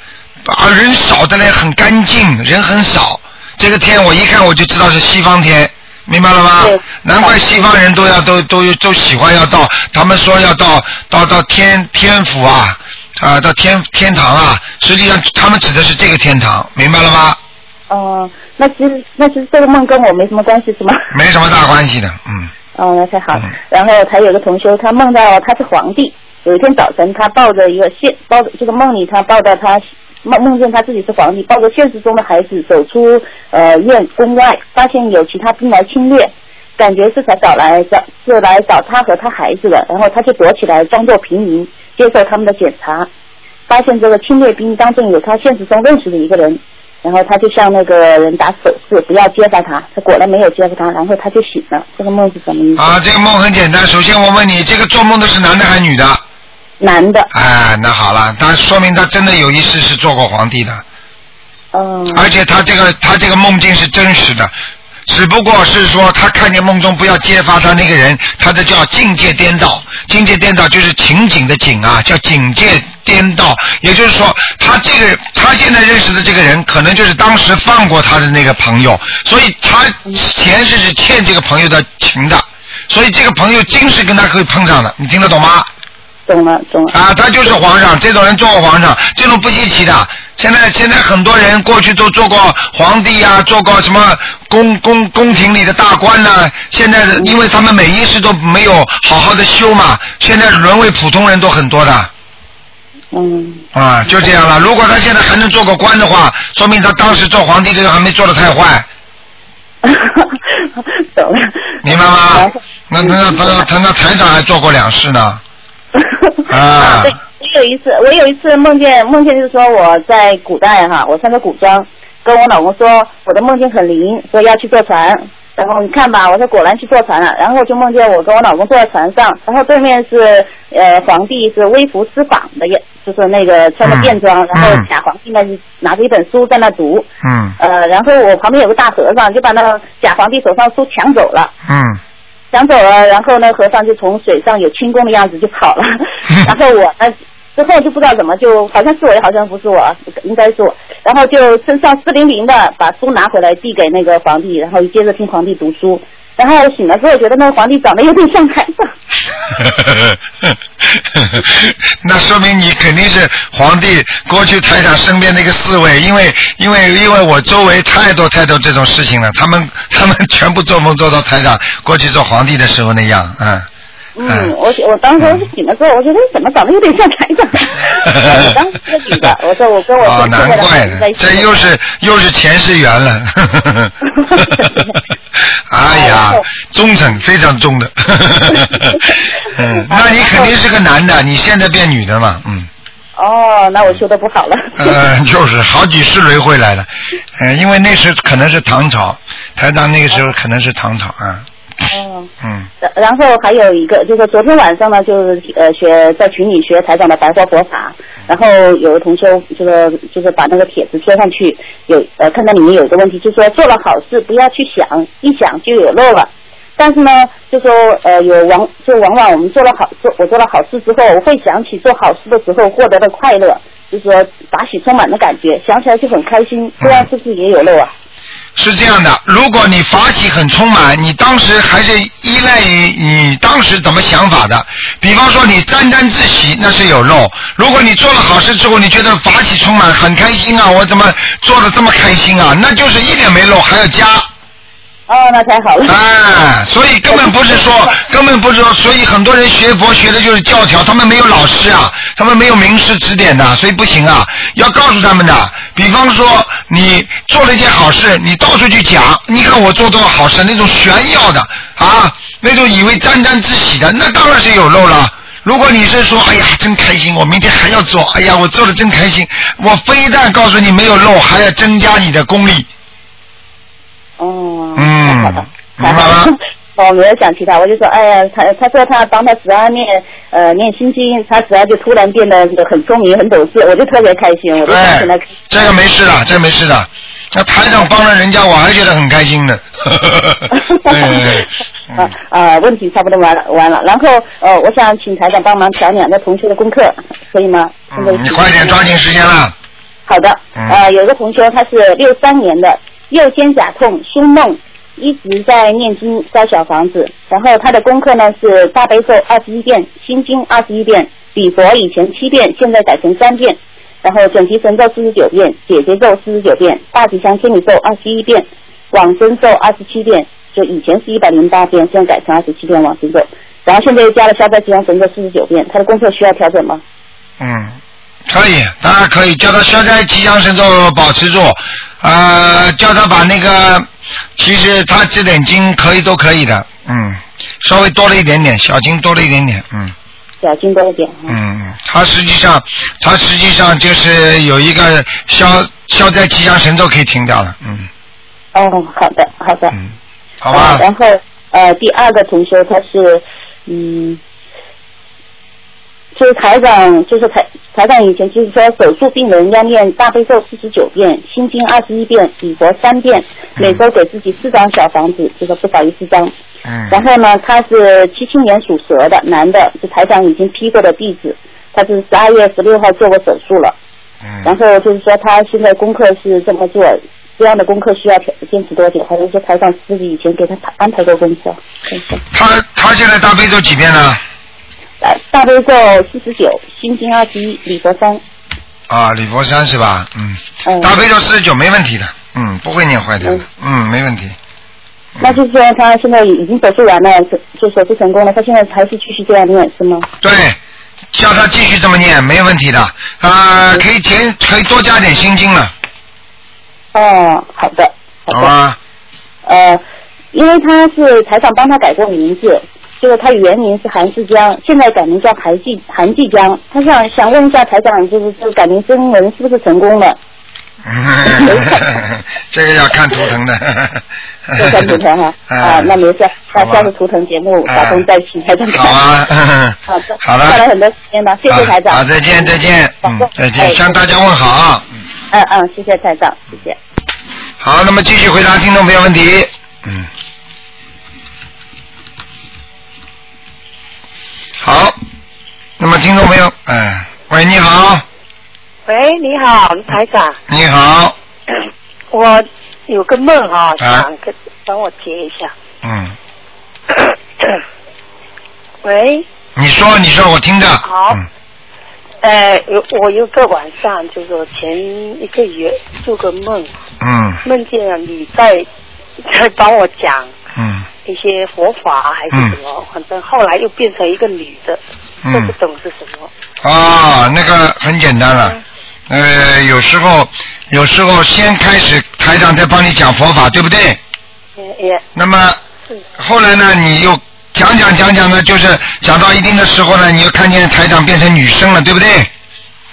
[SPEAKER 1] 啊，人少的嘞，很干净，人很少。这个天我一看我就知道是西方天，明白了吗
[SPEAKER 2] 对？
[SPEAKER 1] 难怪西方人都要都都都喜欢要到，他们说要到到到天天府啊，啊，到天天堂啊，实际上他们指的是这个天堂，明白了吗？
[SPEAKER 2] 嗯、那其实那其实这个梦跟我没什么关系是吗？
[SPEAKER 1] 没什么大关系的，嗯，
[SPEAKER 2] 哦，那太好了
[SPEAKER 1] 嗯。
[SPEAKER 2] 然后还有个同修，他梦到他是皇帝。有一天早晨，他抱着一个现抱着这个梦里，他抱着他梦梦见他自己是皇帝，抱着现实中的孩子走出呃院宫外，发现有其他兵来侵略，感觉是才找来找是来找他和他孩子的，然后他就躲起来装作平民，接受他们的检查。发现这个侵略兵当中有他现实中认识的一个人，然后他就向那个人打手势，不要揭发他。他果然没有揭发他，然后他就醒了。这个梦是什么意思？
[SPEAKER 1] 啊，这个梦很简单。首先我问你，这个做梦的是男的还是女的？
[SPEAKER 2] 男的，
[SPEAKER 1] 哎，那好了，那说明他真的有一世是做过皇帝的。
[SPEAKER 2] 嗯，
[SPEAKER 1] 而且他这个他这个梦境是真实的，只不过是说他看见梦中不要揭发他那个人，他这叫境界颠倒。境界颠倒就是情景的景啊，叫警戒颠倒。也就是说，他这个他现在认识的这个人，可能就是当时放过他的那个朋友，所以他前世是欠这个朋友的情的。所以这个朋友经是跟他可以碰上的，你听得懂吗？
[SPEAKER 2] 懂了，懂了。
[SPEAKER 1] 啊，他就是皇上，这种人做过皇上，这种不稀奇的。现在现在很多人过去都做过皇帝呀、做过什么宫宫宫廷里的大官呐、现在
[SPEAKER 2] 嗯
[SPEAKER 1] 因为他们每一世都没有好好的修嘛，现在沦为普通人都很多的。
[SPEAKER 2] 嗯，
[SPEAKER 1] 啊，就这样了。如果他现在还能做个官的话，说明他当时做皇帝这个还没做的太坏，
[SPEAKER 2] [laughs] 懂了。
[SPEAKER 1] 明白吗？那那那那那台长还做过两世
[SPEAKER 2] [laughs]
[SPEAKER 1] 呢。啊
[SPEAKER 2] 对，我有一次，我有一次梦见梦见就是说我在古代哈，我穿着古装，跟我老公说我的梦境很灵，说要去坐船。然后你看吧，我说果然去坐船了。然后就梦见我跟我老公坐在船上，然后对面是呃皇帝是微服私访的，也就是那个穿着便装，
[SPEAKER 1] 嗯
[SPEAKER 2] 然后
[SPEAKER 1] 嗯
[SPEAKER 2] 假皇帝呢就拿着一本书在那读，
[SPEAKER 1] 嗯
[SPEAKER 2] 呃，然后我旁边有个大和尚就把那个假皇帝手上书抢走了，
[SPEAKER 1] 嗯，
[SPEAKER 2] 抢走了，然后呢，和尚就从水上有轻功的样子就跑 [laughs] 了然后我呢，之后就不知道怎么就好像是我，也好像不是我，应该是我，然后就身上湿淋淋的把书拿回来递给那个皇帝，然后接着听皇帝读书，然后醒了之后觉得那个皇帝长得有点像台长，
[SPEAKER 1] [laughs] 那说明你肯定是皇帝过去台长身边那个侍卫，因为因为因为我周围太多太多这种事情了，他们 [laughs] 他们全部做梦做到台长过去做皇帝的时候那样，嗯。
[SPEAKER 2] 嗯，我我当时我醒了之后，我觉得怎么长得有点像台长，我 [laughs] 当时就紧张，我说我跟我
[SPEAKER 1] 哦，
[SPEAKER 2] 同
[SPEAKER 1] 难
[SPEAKER 2] 学的
[SPEAKER 1] 怪
[SPEAKER 2] 孩子在
[SPEAKER 1] 呢
[SPEAKER 2] 一，起
[SPEAKER 1] 这又是又是前世缘了。 [laughs] 哎呀，忠诚非常忠的。 [laughs] 嗯，那你肯定是个男的，你现在变女的嘛，嗯。
[SPEAKER 2] 哦，那我修的不好了，
[SPEAKER 1] 呃， [laughs] 就是好几十轮回来了，嗯、因为那时可能是唐朝，台长那个时候可能是唐朝啊，
[SPEAKER 2] 嗯。
[SPEAKER 1] 嗯，
[SPEAKER 2] 然然后还有一个就是昨天晚上呢，就是呃学在群里学台长的白话佛法，然后有个同学就是就是把那个帖子贴上去，有呃看到里面有一个问题，就说做了好事不要去想，一想就有漏了。但是呢，就说呃有往就往往我们做了好做我做了好事之后，我会想起做好事的时候获得的快乐，就说打喜充满的感觉，想起来就很开心，这样是不是也有漏啊？
[SPEAKER 1] 是这样的，如果你法喜很充满，你当时还是依赖于你当时怎么想法的。比方说你沾沾自喜，那是有漏；如果你做了好事之后，你觉得法喜充满，很开心啊，我怎么做的这么开心啊？那就是一点没漏，还要加。
[SPEAKER 2] 哦，那太好了。
[SPEAKER 1] 哎，所以根本不是说，根本不是说，所以很多人学佛学的就是教条，他们没有老师啊，他们没有名师指点的，所以不行啊，要告诉他们的。比方说，你做了一件好事，你到处去讲，你看我做多少好事，那种炫耀的啊，那种以为沾沾自喜的，那当然是有漏了。如果你是说，哎呀，真开心，我明天还要做，哎呀，我做的真开心，我非但告诉你没有漏，还要增加你的功力。
[SPEAKER 2] 哦，
[SPEAKER 1] 嗯
[SPEAKER 2] 好的，
[SPEAKER 1] 明白
[SPEAKER 2] [laughs] 好
[SPEAKER 1] 吗
[SPEAKER 2] 的。我哦没有想其他，我就说，哎呀，他他说他帮他侄儿念呃念心经，他侄儿就突然变得很聪明、很懂事，我就特别开心，我就想起来
[SPEAKER 1] 对，这个没事的，这个没事的。那台长帮了人家，我还觉得很开
[SPEAKER 2] [laughs]
[SPEAKER 1] 心呢。对，
[SPEAKER 2] 啊
[SPEAKER 1] 嗯
[SPEAKER 2] 啊，问题差不多完了完了，然后呃，我想请台长帮忙调两个同学的功课，可以吗？
[SPEAKER 1] 嗯，你快点
[SPEAKER 2] [laughs]
[SPEAKER 1] 抓紧时间嗯啦。
[SPEAKER 2] 好的，呃，有一个同学他是六三年的，右肩胛痛，胸闷，一直在念经烧小房子，然后他的功课呢是大悲咒二十一遍，心经二十一遍，礼佛以前七遍，现在改成三遍，然后准提神咒四十九遍，解结咒四十九遍，大吉祥天女咒二十一遍，往生咒二十七遍，就以前是一百零八遍，现在改成二十七遍往生咒。然后现在又加了消灾吉祥神咒四十九遍，他的功课需要调整吗？
[SPEAKER 1] 嗯，可以，当然可以，叫他消灾吉祥神咒保持住，呃，叫他把那个，其实他这点经可以都可以的，嗯，稍微多了一点点，小经多了一点点，嗯。
[SPEAKER 2] 小经多一点。嗯
[SPEAKER 1] 嗯，他实际上，他实际上就是有一个消消灾吉祥神咒可以停掉了，嗯
[SPEAKER 2] 哦，好的，好的。
[SPEAKER 1] 嗯，好吧
[SPEAKER 2] 呃，然后呃，第二个同学他是嗯，就是台长，就是台台长以前就是说手术病人要念大悲咒四十九遍，心经二十一遍，礼佛三遍，每周给自己四张小房子，就是不少于四张。
[SPEAKER 1] 嗯
[SPEAKER 2] 然后呢，他是七七年属蛇的男的，是台长已经批过的弟子，他是十二月十六号做过手术了。然
[SPEAKER 1] 嗯，
[SPEAKER 2] 后就是说他现在功课是这么做，这样的功课需要坚持多久？还是说台长自己以前给他安排过功课？功课
[SPEAKER 1] 他他现在大悲咒几遍呢？
[SPEAKER 2] 大大悲咒四十九，心经二十一，礼佛三。
[SPEAKER 1] 啊，李佛山是吧？嗯，
[SPEAKER 2] 嗯
[SPEAKER 1] 大悲咒四十九没问题的，嗯，不会念坏掉的，嗯，没问题。
[SPEAKER 2] 那就是说他现在已经手术完了，是就手术成功了，他现在还是继续这样念是吗？
[SPEAKER 1] 对，叫他继续这么念没问题的，啊、可以减，可以多加点心经了，
[SPEAKER 2] 哦，好的，
[SPEAKER 1] 好啊吧？
[SPEAKER 2] 呃，因为他是台长帮他改过名字，就是他原名是韩世江，现在改名叫韩继韩继江。他想想问一下台长，就是这个改名征文是不是成
[SPEAKER 1] [laughs]
[SPEAKER 2] 功了？
[SPEAKER 1] 嗯 [laughs] 这个要看图腾的，
[SPEAKER 2] [laughs]
[SPEAKER 1] 哎
[SPEAKER 2] 这算图腾
[SPEAKER 1] [laughs]
[SPEAKER 2] 哈啊，那没事，那下次图腾节目打通再请台长看。
[SPEAKER 1] 好啊，嗯
[SPEAKER 2] 好的，
[SPEAKER 1] 哎 [laughs] 好了
[SPEAKER 2] 下来很多时间了，谢谢台长。
[SPEAKER 1] 好，再见，再见，嗯，再见，向大家问好啊。
[SPEAKER 2] 嗯嗯，谢谢台长，谢谢。
[SPEAKER 1] 好，那么继续回答听众朋友问题。嗯。好，那么听众朋友，哎，喂，你好，
[SPEAKER 5] 喂，你好，卢台长，
[SPEAKER 1] 你好，
[SPEAKER 5] 我有个梦哈、
[SPEAKER 1] 啊
[SPEAKER 5] 想跟帮我解一下。
[SPEAKER 1] 嗯，
[SPEAKER 5] 喂，
[SPEAKER 1] 你说，哦你说，我听着。
[SPEAKER 5] 好
[SPEAKER 1] 嗯
[SPEAKER 5] 呃，有我有个晚上，就是说前一个月做个梦，
[SPEAKER 1] 嗯
[SPEAKER 5] 梦见了你在在帮我讲
[SPEAKER 1] 嗯
[SPEAKER 5] 一些佛法还是什么，反正后来又变成一个女的，都 [laughs] 不
[SPEAKER 1] 嗯，
[SPEAKER 5] 懂是什么。
[SPEAKER 1] 啊、那个很简单了。呃，有时候，有时候先开始台长在帮你讲佛法，对不对？
[SPEAKER 5] 也也
[SPEAKER 1] 那么
[SPEAKER 5] 是
[SPEAKER 1] 后来呢，你又讲讲讲讲呢，就是讲到一定的时候呢，你又看见台长变成女生了，对不对？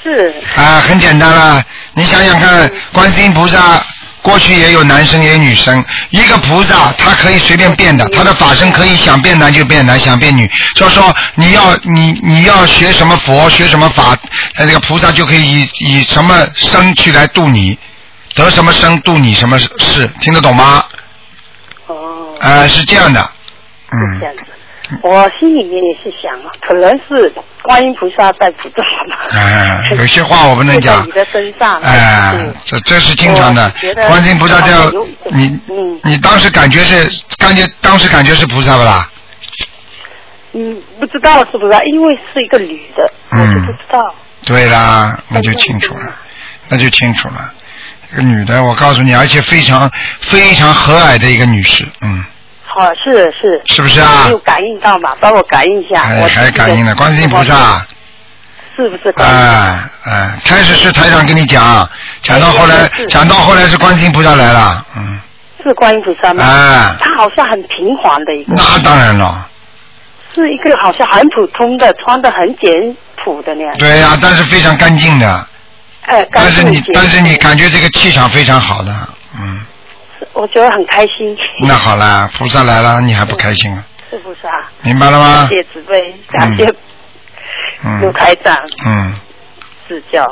[SPEAKER 5] 是嗯
[SPEAKER 1] 啊，很简单啦，你想想看，观世音菩萨过去也有男生也有女生，一个菩萨他可以随便变
[SPEAKER 5] 嗯
[SPEAKER 1] 的，他的法身可以想变男就变男，想变女，就说你要你你要学什么佛学什么法，呃，这个菩萨就可以以以什么身去来度你，得什么身度你什么事，听得懂吗？
[SPEAKER 5] 哦，
[SPEAKER 1] 呃，是这样的，
[SPEAKER 5] 是这
[SPEAKER 1] 嗯
[SPEAKER 5] 样，子。我心里面也是想，啊可能是观音菩萨在普渡吧。
[SPEAKER 1] 哎、有些话我不能
[SPEAKER 5] 就在
[SPEAKER 1] 讲
[SPEAKER 5] 你，的身上。
[SPEAKER 1] 哎、
[SPEAKER 5] 嗯
[SPEAKER 1] 这这是经常的
[SPEAKER 5] 我觉得。
[SPEAKER 1] 观世音菩萨在
[SPEAKER 5] 好像有
[SPEAKER 1] 你
[SPEAKER 5] 嗯，
[SPEAKER 1] 你当时感觉是感觉当时感觉是菩萨不啦？
[SPEAKER 5] 嗯，不知道是不是？因为是一个女的，我
[SPEAKER 1] 嗯
[SPEAKER 5] 就不知道。
[SPEAKER 1] 对啦，那就清楚了，那就清楚了。这个女的，我告诉你，而且非常非常和蔼的一个女士，嗯，
[SPEAKER 5] 好，是是。
[SPEAKER 1] 是不是啊
[SPEAKER 5] 你有感应到嘛？帮我感应一下。
[SPEAKER 1] 还
[SPEAKER 5] 啊我
[SPEAKER 1] 还感应了观世音菩萨，啊
[SPEAKER 5] 是不是
[SPEAKER 1] 啊、
[SPEAKER 5] 观音菩萨？
[SPEAKER 1] 开始是台长跟你讲，讲到后来
[SPEAKER 5] 哎是
[SPEAKER 1] 讲到后来是观世音菩萨来了，嗯，
[SPEAKER 5] 是观音菩萨吗？
[SPEAKER 1] 哎
[SPEAKER 5] 她好像很平凡的一个，
[SPEAKER 1] 那当然了。
[SPEAKER 5] 是一个好像很普通的，穿的很简朴的那样。
[SPEAKER 1] 对呀、但是非常干净的，
[SPEAKER 5] 哎，干
[SPEAKER 1] 但是
[SPEAKER 5] 净
[SPEAKER 1] 你
[SPEAKER 5] 简朴
[SPEAKER 1] 但是你，感觉这个气场非常好的，嗯，
[SPEAKER 5] 我觉得很开心。
[SPEAKER 1] 那好啦，菩萨来了，你还不开心啊？
[SPEAKER 5] 是不是啊？
[SPEAKER 1] 明白了
[SPEAKER 5] 感？
[SPEAKER 1] 吗
[SPEAKER 5] 谢慈悲，感谢卢
[SPEAKER 1] 嗯
[SPEAKER 5] 台长
[SPEAKER 1] 嗯
[SPEAKER 5] 指教。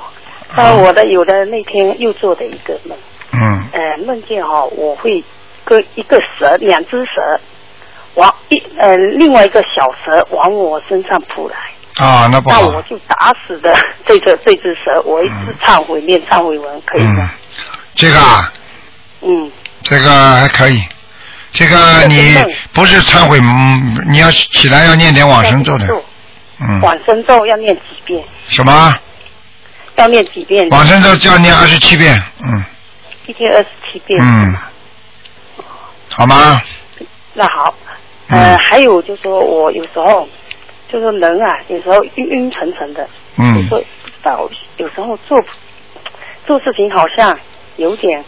[SPEAKER 5] 呃，我的有的那天又做的一个梦，
[SPEAKER 1] 嗯
[SPEAKER 5] 呃，梦见哈、我会跟一个蛇，两只蛇往一呃另外一个小蛇往我身上扑来，
[SPEAKER 1] 啊，那不
[SPEAKER 5] 那
[SPEAKER 1] 好，
[SPEAKER 5] 我就打死的 [laughs] 这个这只蛇，我一直
[SPEAKER 1] 嗯
[SPEAKER 5] 忏悔念忏悔文，可以
[SPEAKER 1] 嗯
[SPEAKER 5] 吗？，
[SPEAKER 1] 这个啊，
[SPEAKER 5] 嗯，
[SPEAKER 1] 这个还可以，这个你不是忏悔，嗯你要起来要念点哦往生咒的，嗯，
[SPEAKER 5] 往生咒要念几遍？
[SPEAKER 1] 什么？
[SPEAKER 5] 要念几遍？
[SPEAKER 1] 往生咒就要念二十七遍，嗯
[SPEAKER 5] 一天二十七遍。是
[SPEAKER 1] 嗯
[SPEAKER 5] 吗，
[SPEAKER 1] 好吗？
[SPEAKER 5] 那好，
[SPEAKER 1] 嗯
[SPEAKER 5] 呃，还有就是说我有时候，就说人啊，有时候晕晕沉沉的，就
[SPEAKER 1] 嗯
[SPEAKER 5] 说不知道，有时候做做事情好像有点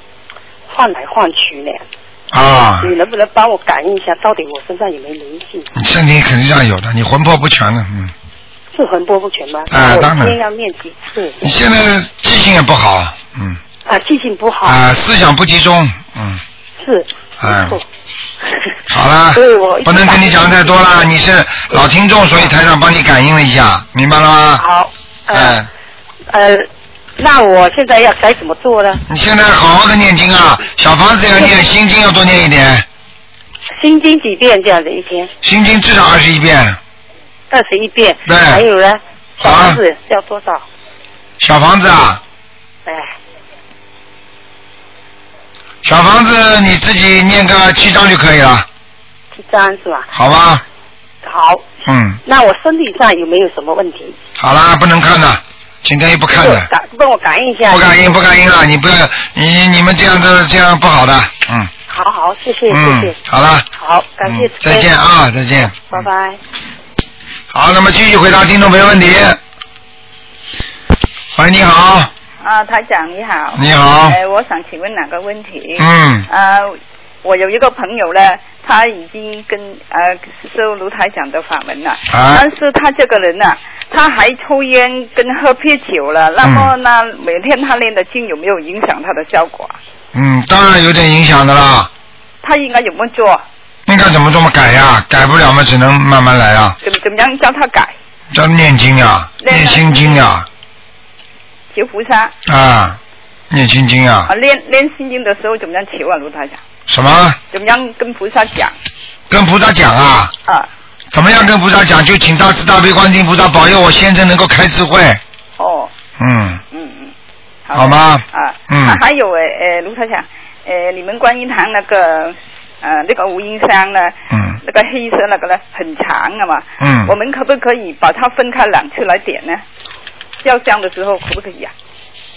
[SPEAKER 5] 晃来晃去呢。
[SPEAKER 1] 啊，
[SPEAKER 5] 你能不能帮我感应一下，到底我身上有没有灵性？
[SPEAKER 1] 你身体肯定上有的，你魂魄不全的，嗯。
[SPEAKER 5] 是魂魄不全吗？
[SPEAKER 1] 啊
[SPEAKER 5] 我
[SPEAKER 1] 当然
[SPEAKER 5] 一天要念几次？
[SPEAKER 1] 你现在记性也不好，嗯，
[SPEAKER 5] 啊，记性不好，
[SPEAKER 1] 啊、思想不集中，嗯，
[SPEAKER 5] 是，
[SPEAKER 1] 哎
[SPEAKER 5] 没错。
[SPEAKER 1] [laughs] 好啦
[SPEAKER 5] 所以我一，直
[SPEAKER 1] 不能跟你讲太多啦，
[SPEAKER 5] 打嗯
[SPEAKER 1] 你是老听众，所以台长帮你感应了一下，明白了吗？
[SPEAKER 5] 好，呃
[SPEAKER 1] 哎，
[SPEAKER 5] 呃，那我现在要该怎么做呢？
[SPEAKER 1] 你现在好好的念经啊，小房子要念，心经要多念一点，
[SPEAKER 5] 心经几遍这样子一天？
[SPEAKER 1] 心经至少二十一遍，
[SPEAKER 5] 二十一遍。
[SPEAKER 1] 对
[SPEAKER 5] 还有呢，小
[SPEAKER 1] 啊
[SPEAKER 5] 房子要多少？
[SPEAKER 1] 小房子啊，
[SPEAKER 5] 哎，
[SPEAKER 1] 小房子你自己念个七章就可以了，
[SPEAKER 5] 七张是吧？
[SPEAKER 1] 好啊吧？
[SPEAKER 5] 好，
[SPEAKER 1] 嗯，
[SPEAKER 5] 那我身体上有没有什么问题？
[SPEAKER 1] 好啦，不能看的，今天又不看
[SPEAKER 5] 帮我
[SPEAKER 1] 的，
[SPEAKER 5] 感帮我感应一下。
[SPEAKER 1] 不感应不感应了，啊你不要你你们这样子这样不好的，嗯
[SPEAKER 5] 好好，谢谢谢
[SPEAKER 1] 嗯
[SPEAKER 5] 谢，。
[SPEAKER 1] 好了，
[SPEAKER 5] 好，感谢哎
[SPEAKER 1] 嗯。再见，啊，再见。
[SPEAKER 5] 拜拜。
[SPEAKER 1] 好，那么继续回答听众朋友问题。喂，你好，
[SPEAKER 6] 啊，台长你好。
[SPEAKER 1] 你好，
[SPEAKER 6] 哎，我想请问两个问题。。
[SPEAKER 1] 嗯
[SPEAKER 6] 呃，我有一个朋友呢，他已经跟呃收卢台长的法门了，
[SPEAKER 1] 啊
[SPEAKER 6] 但是他这个人呢、他还抽烟跟喝啤酒了，那么呢，每天他练的经有没有影响他的效果？
[SPEAKER 1] 嗯，当然有点影响的啦。
[SPEAKER 6] 他应该怎么做？
[SPEAKER 1] 应该怎么这么改呀？改不了嘛，只能慢慢来啊，
[SPEAKER 6] 怎么怎么样叫他改？
[SPEAKER 1] 叫念经呀，
[SPEAKER 6] 念
[SPEAKER 1] 念心经呀，
[SPEAKER 6] 求菩萨
[SPEAKER 1] 啊，念心经呀
[SPEAKER 6] 啊，，练练心经的时候怎么样求啊，卢台长？
[SPEAKER 1] 什么？
[SPEAKER 6] 怎么样跟菩萨讲
[SPEAKER 1] 跟菩萨讲啊，
[SPEAKER 6] 啊？
[SPEAKER 1] 怎么样跟菩萨讲？就请大慈大悲观世音菩萨保佑我先生能够开智慧。
[SPEAKER 6] 哦。
[SPEAKER 1] 嗯，
[SPEAKER 6] 嗯，嗯，
[SPEAKER 1] 好吗
[SPEAKER 6] 啊，
[SPEAKER 1] 嗯
[SPEAKER 6] 啊还有呃呃，卢台长，呃，你们观音堂那个呃那个无音箱呢，
[SPEAKER 1] 嗯
[SPEAKER 6] 那个黑色那个呢很长的嘛，
[SPEAKER 1] 嗯
[SPEAKER 6] 我们可不可以把它分开两次来点呢？要香的时候可不可以啊？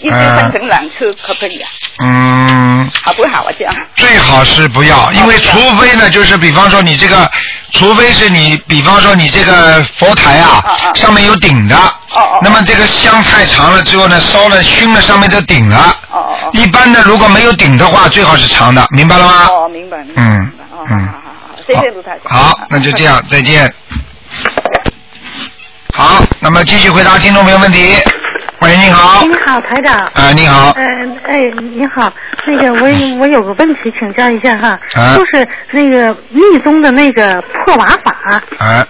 [SPEAKER 6] 一次
[SPEAKER 1] 呃
[SPEAKER 6] 分成两次可不可以啊？
[SPEAKER 1] 嗯，
[SPEAKER 6] 好不好啊？这样
[SPEAKER 1] 最好是不
[SPEAKER 6] 嗯
[SPEAKER 1] 要，因为除非呢，就是比方说你这个，除非是你，比方说你这个佛台啊
[SPEAKER 6] 啊，啊
[SPEAKER 1] 上面有顶的，
[SPEAKER 6] 哦
[SPEAKER 1] 那么这个香太长了之后呢，烧了熏了上面的顶了。
[SPEAKER 6] 哦哦
[SPEAKER 1] 一般的如果没有顶的话，最好是长的，明白了吗？
[SPEAKER 6] 哦哦，明白明白，
[SPEAKER 1] 嗯
[SPEAKER 6] 明白哦，好
[SPEAKER 1] 嗯
[SPEAKER 6] 好好好，谢谢卢台长。
[SPEAKER 1] 好，那就这样，再见。好，那么继续回答听众朋友问题。喂，你好。
[SPEAKER 7] 你好，台长。
[SPEAKER 1] 啊，你好。
[SPEAKER 7] 嗯、哎，你好，那个我我有个问题请教一下哈，
[SPEAKER 1] 啊
[SPEAKER 7] 就是那个密宗的那个破瓦法，
[SPEAKER 1] 啊，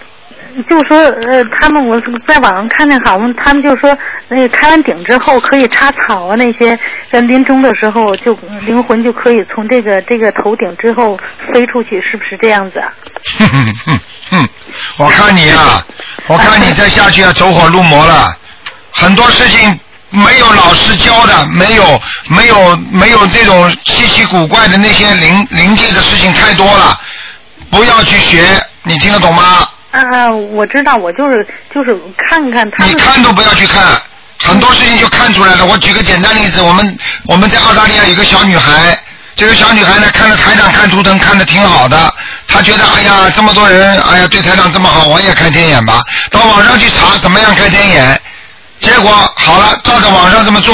[SPEAKER 7] 就说呃，他们我在网上看见好像他们就说那个开完顶之后可以插草啊那些，在临终的时候就灵魂就可以从这个 [laughs] 这个头顶之后飞出去，是不是这样子啊？
[SPEAKER 1] 哼哼哼哼， [laughs] 我看你啊，我看你再下去要走火入魔了。很多事情没有老师教的，没有没有没有这种稀奇古怪的那些灵灵界的事情太多了，不要去学，你听得懂吗？
[SPEAKER 7] 啊，我知道，我就是就是看看他
[SPEAKER 1] 你
[SPEAKER 7] 们
[SPEAKER 1] 看都不要去看，很多事情就看出来了。我举个简单例子，我们我们在澳大利亚有个小女孩，这个小女孩呢看着台长看图腾看的挺好的，她觉得哎呀这么多人，哎呀对台长这么好，我也开天眼吧。到网上去查怎么样开天眼，结果好了，照着网上这么做，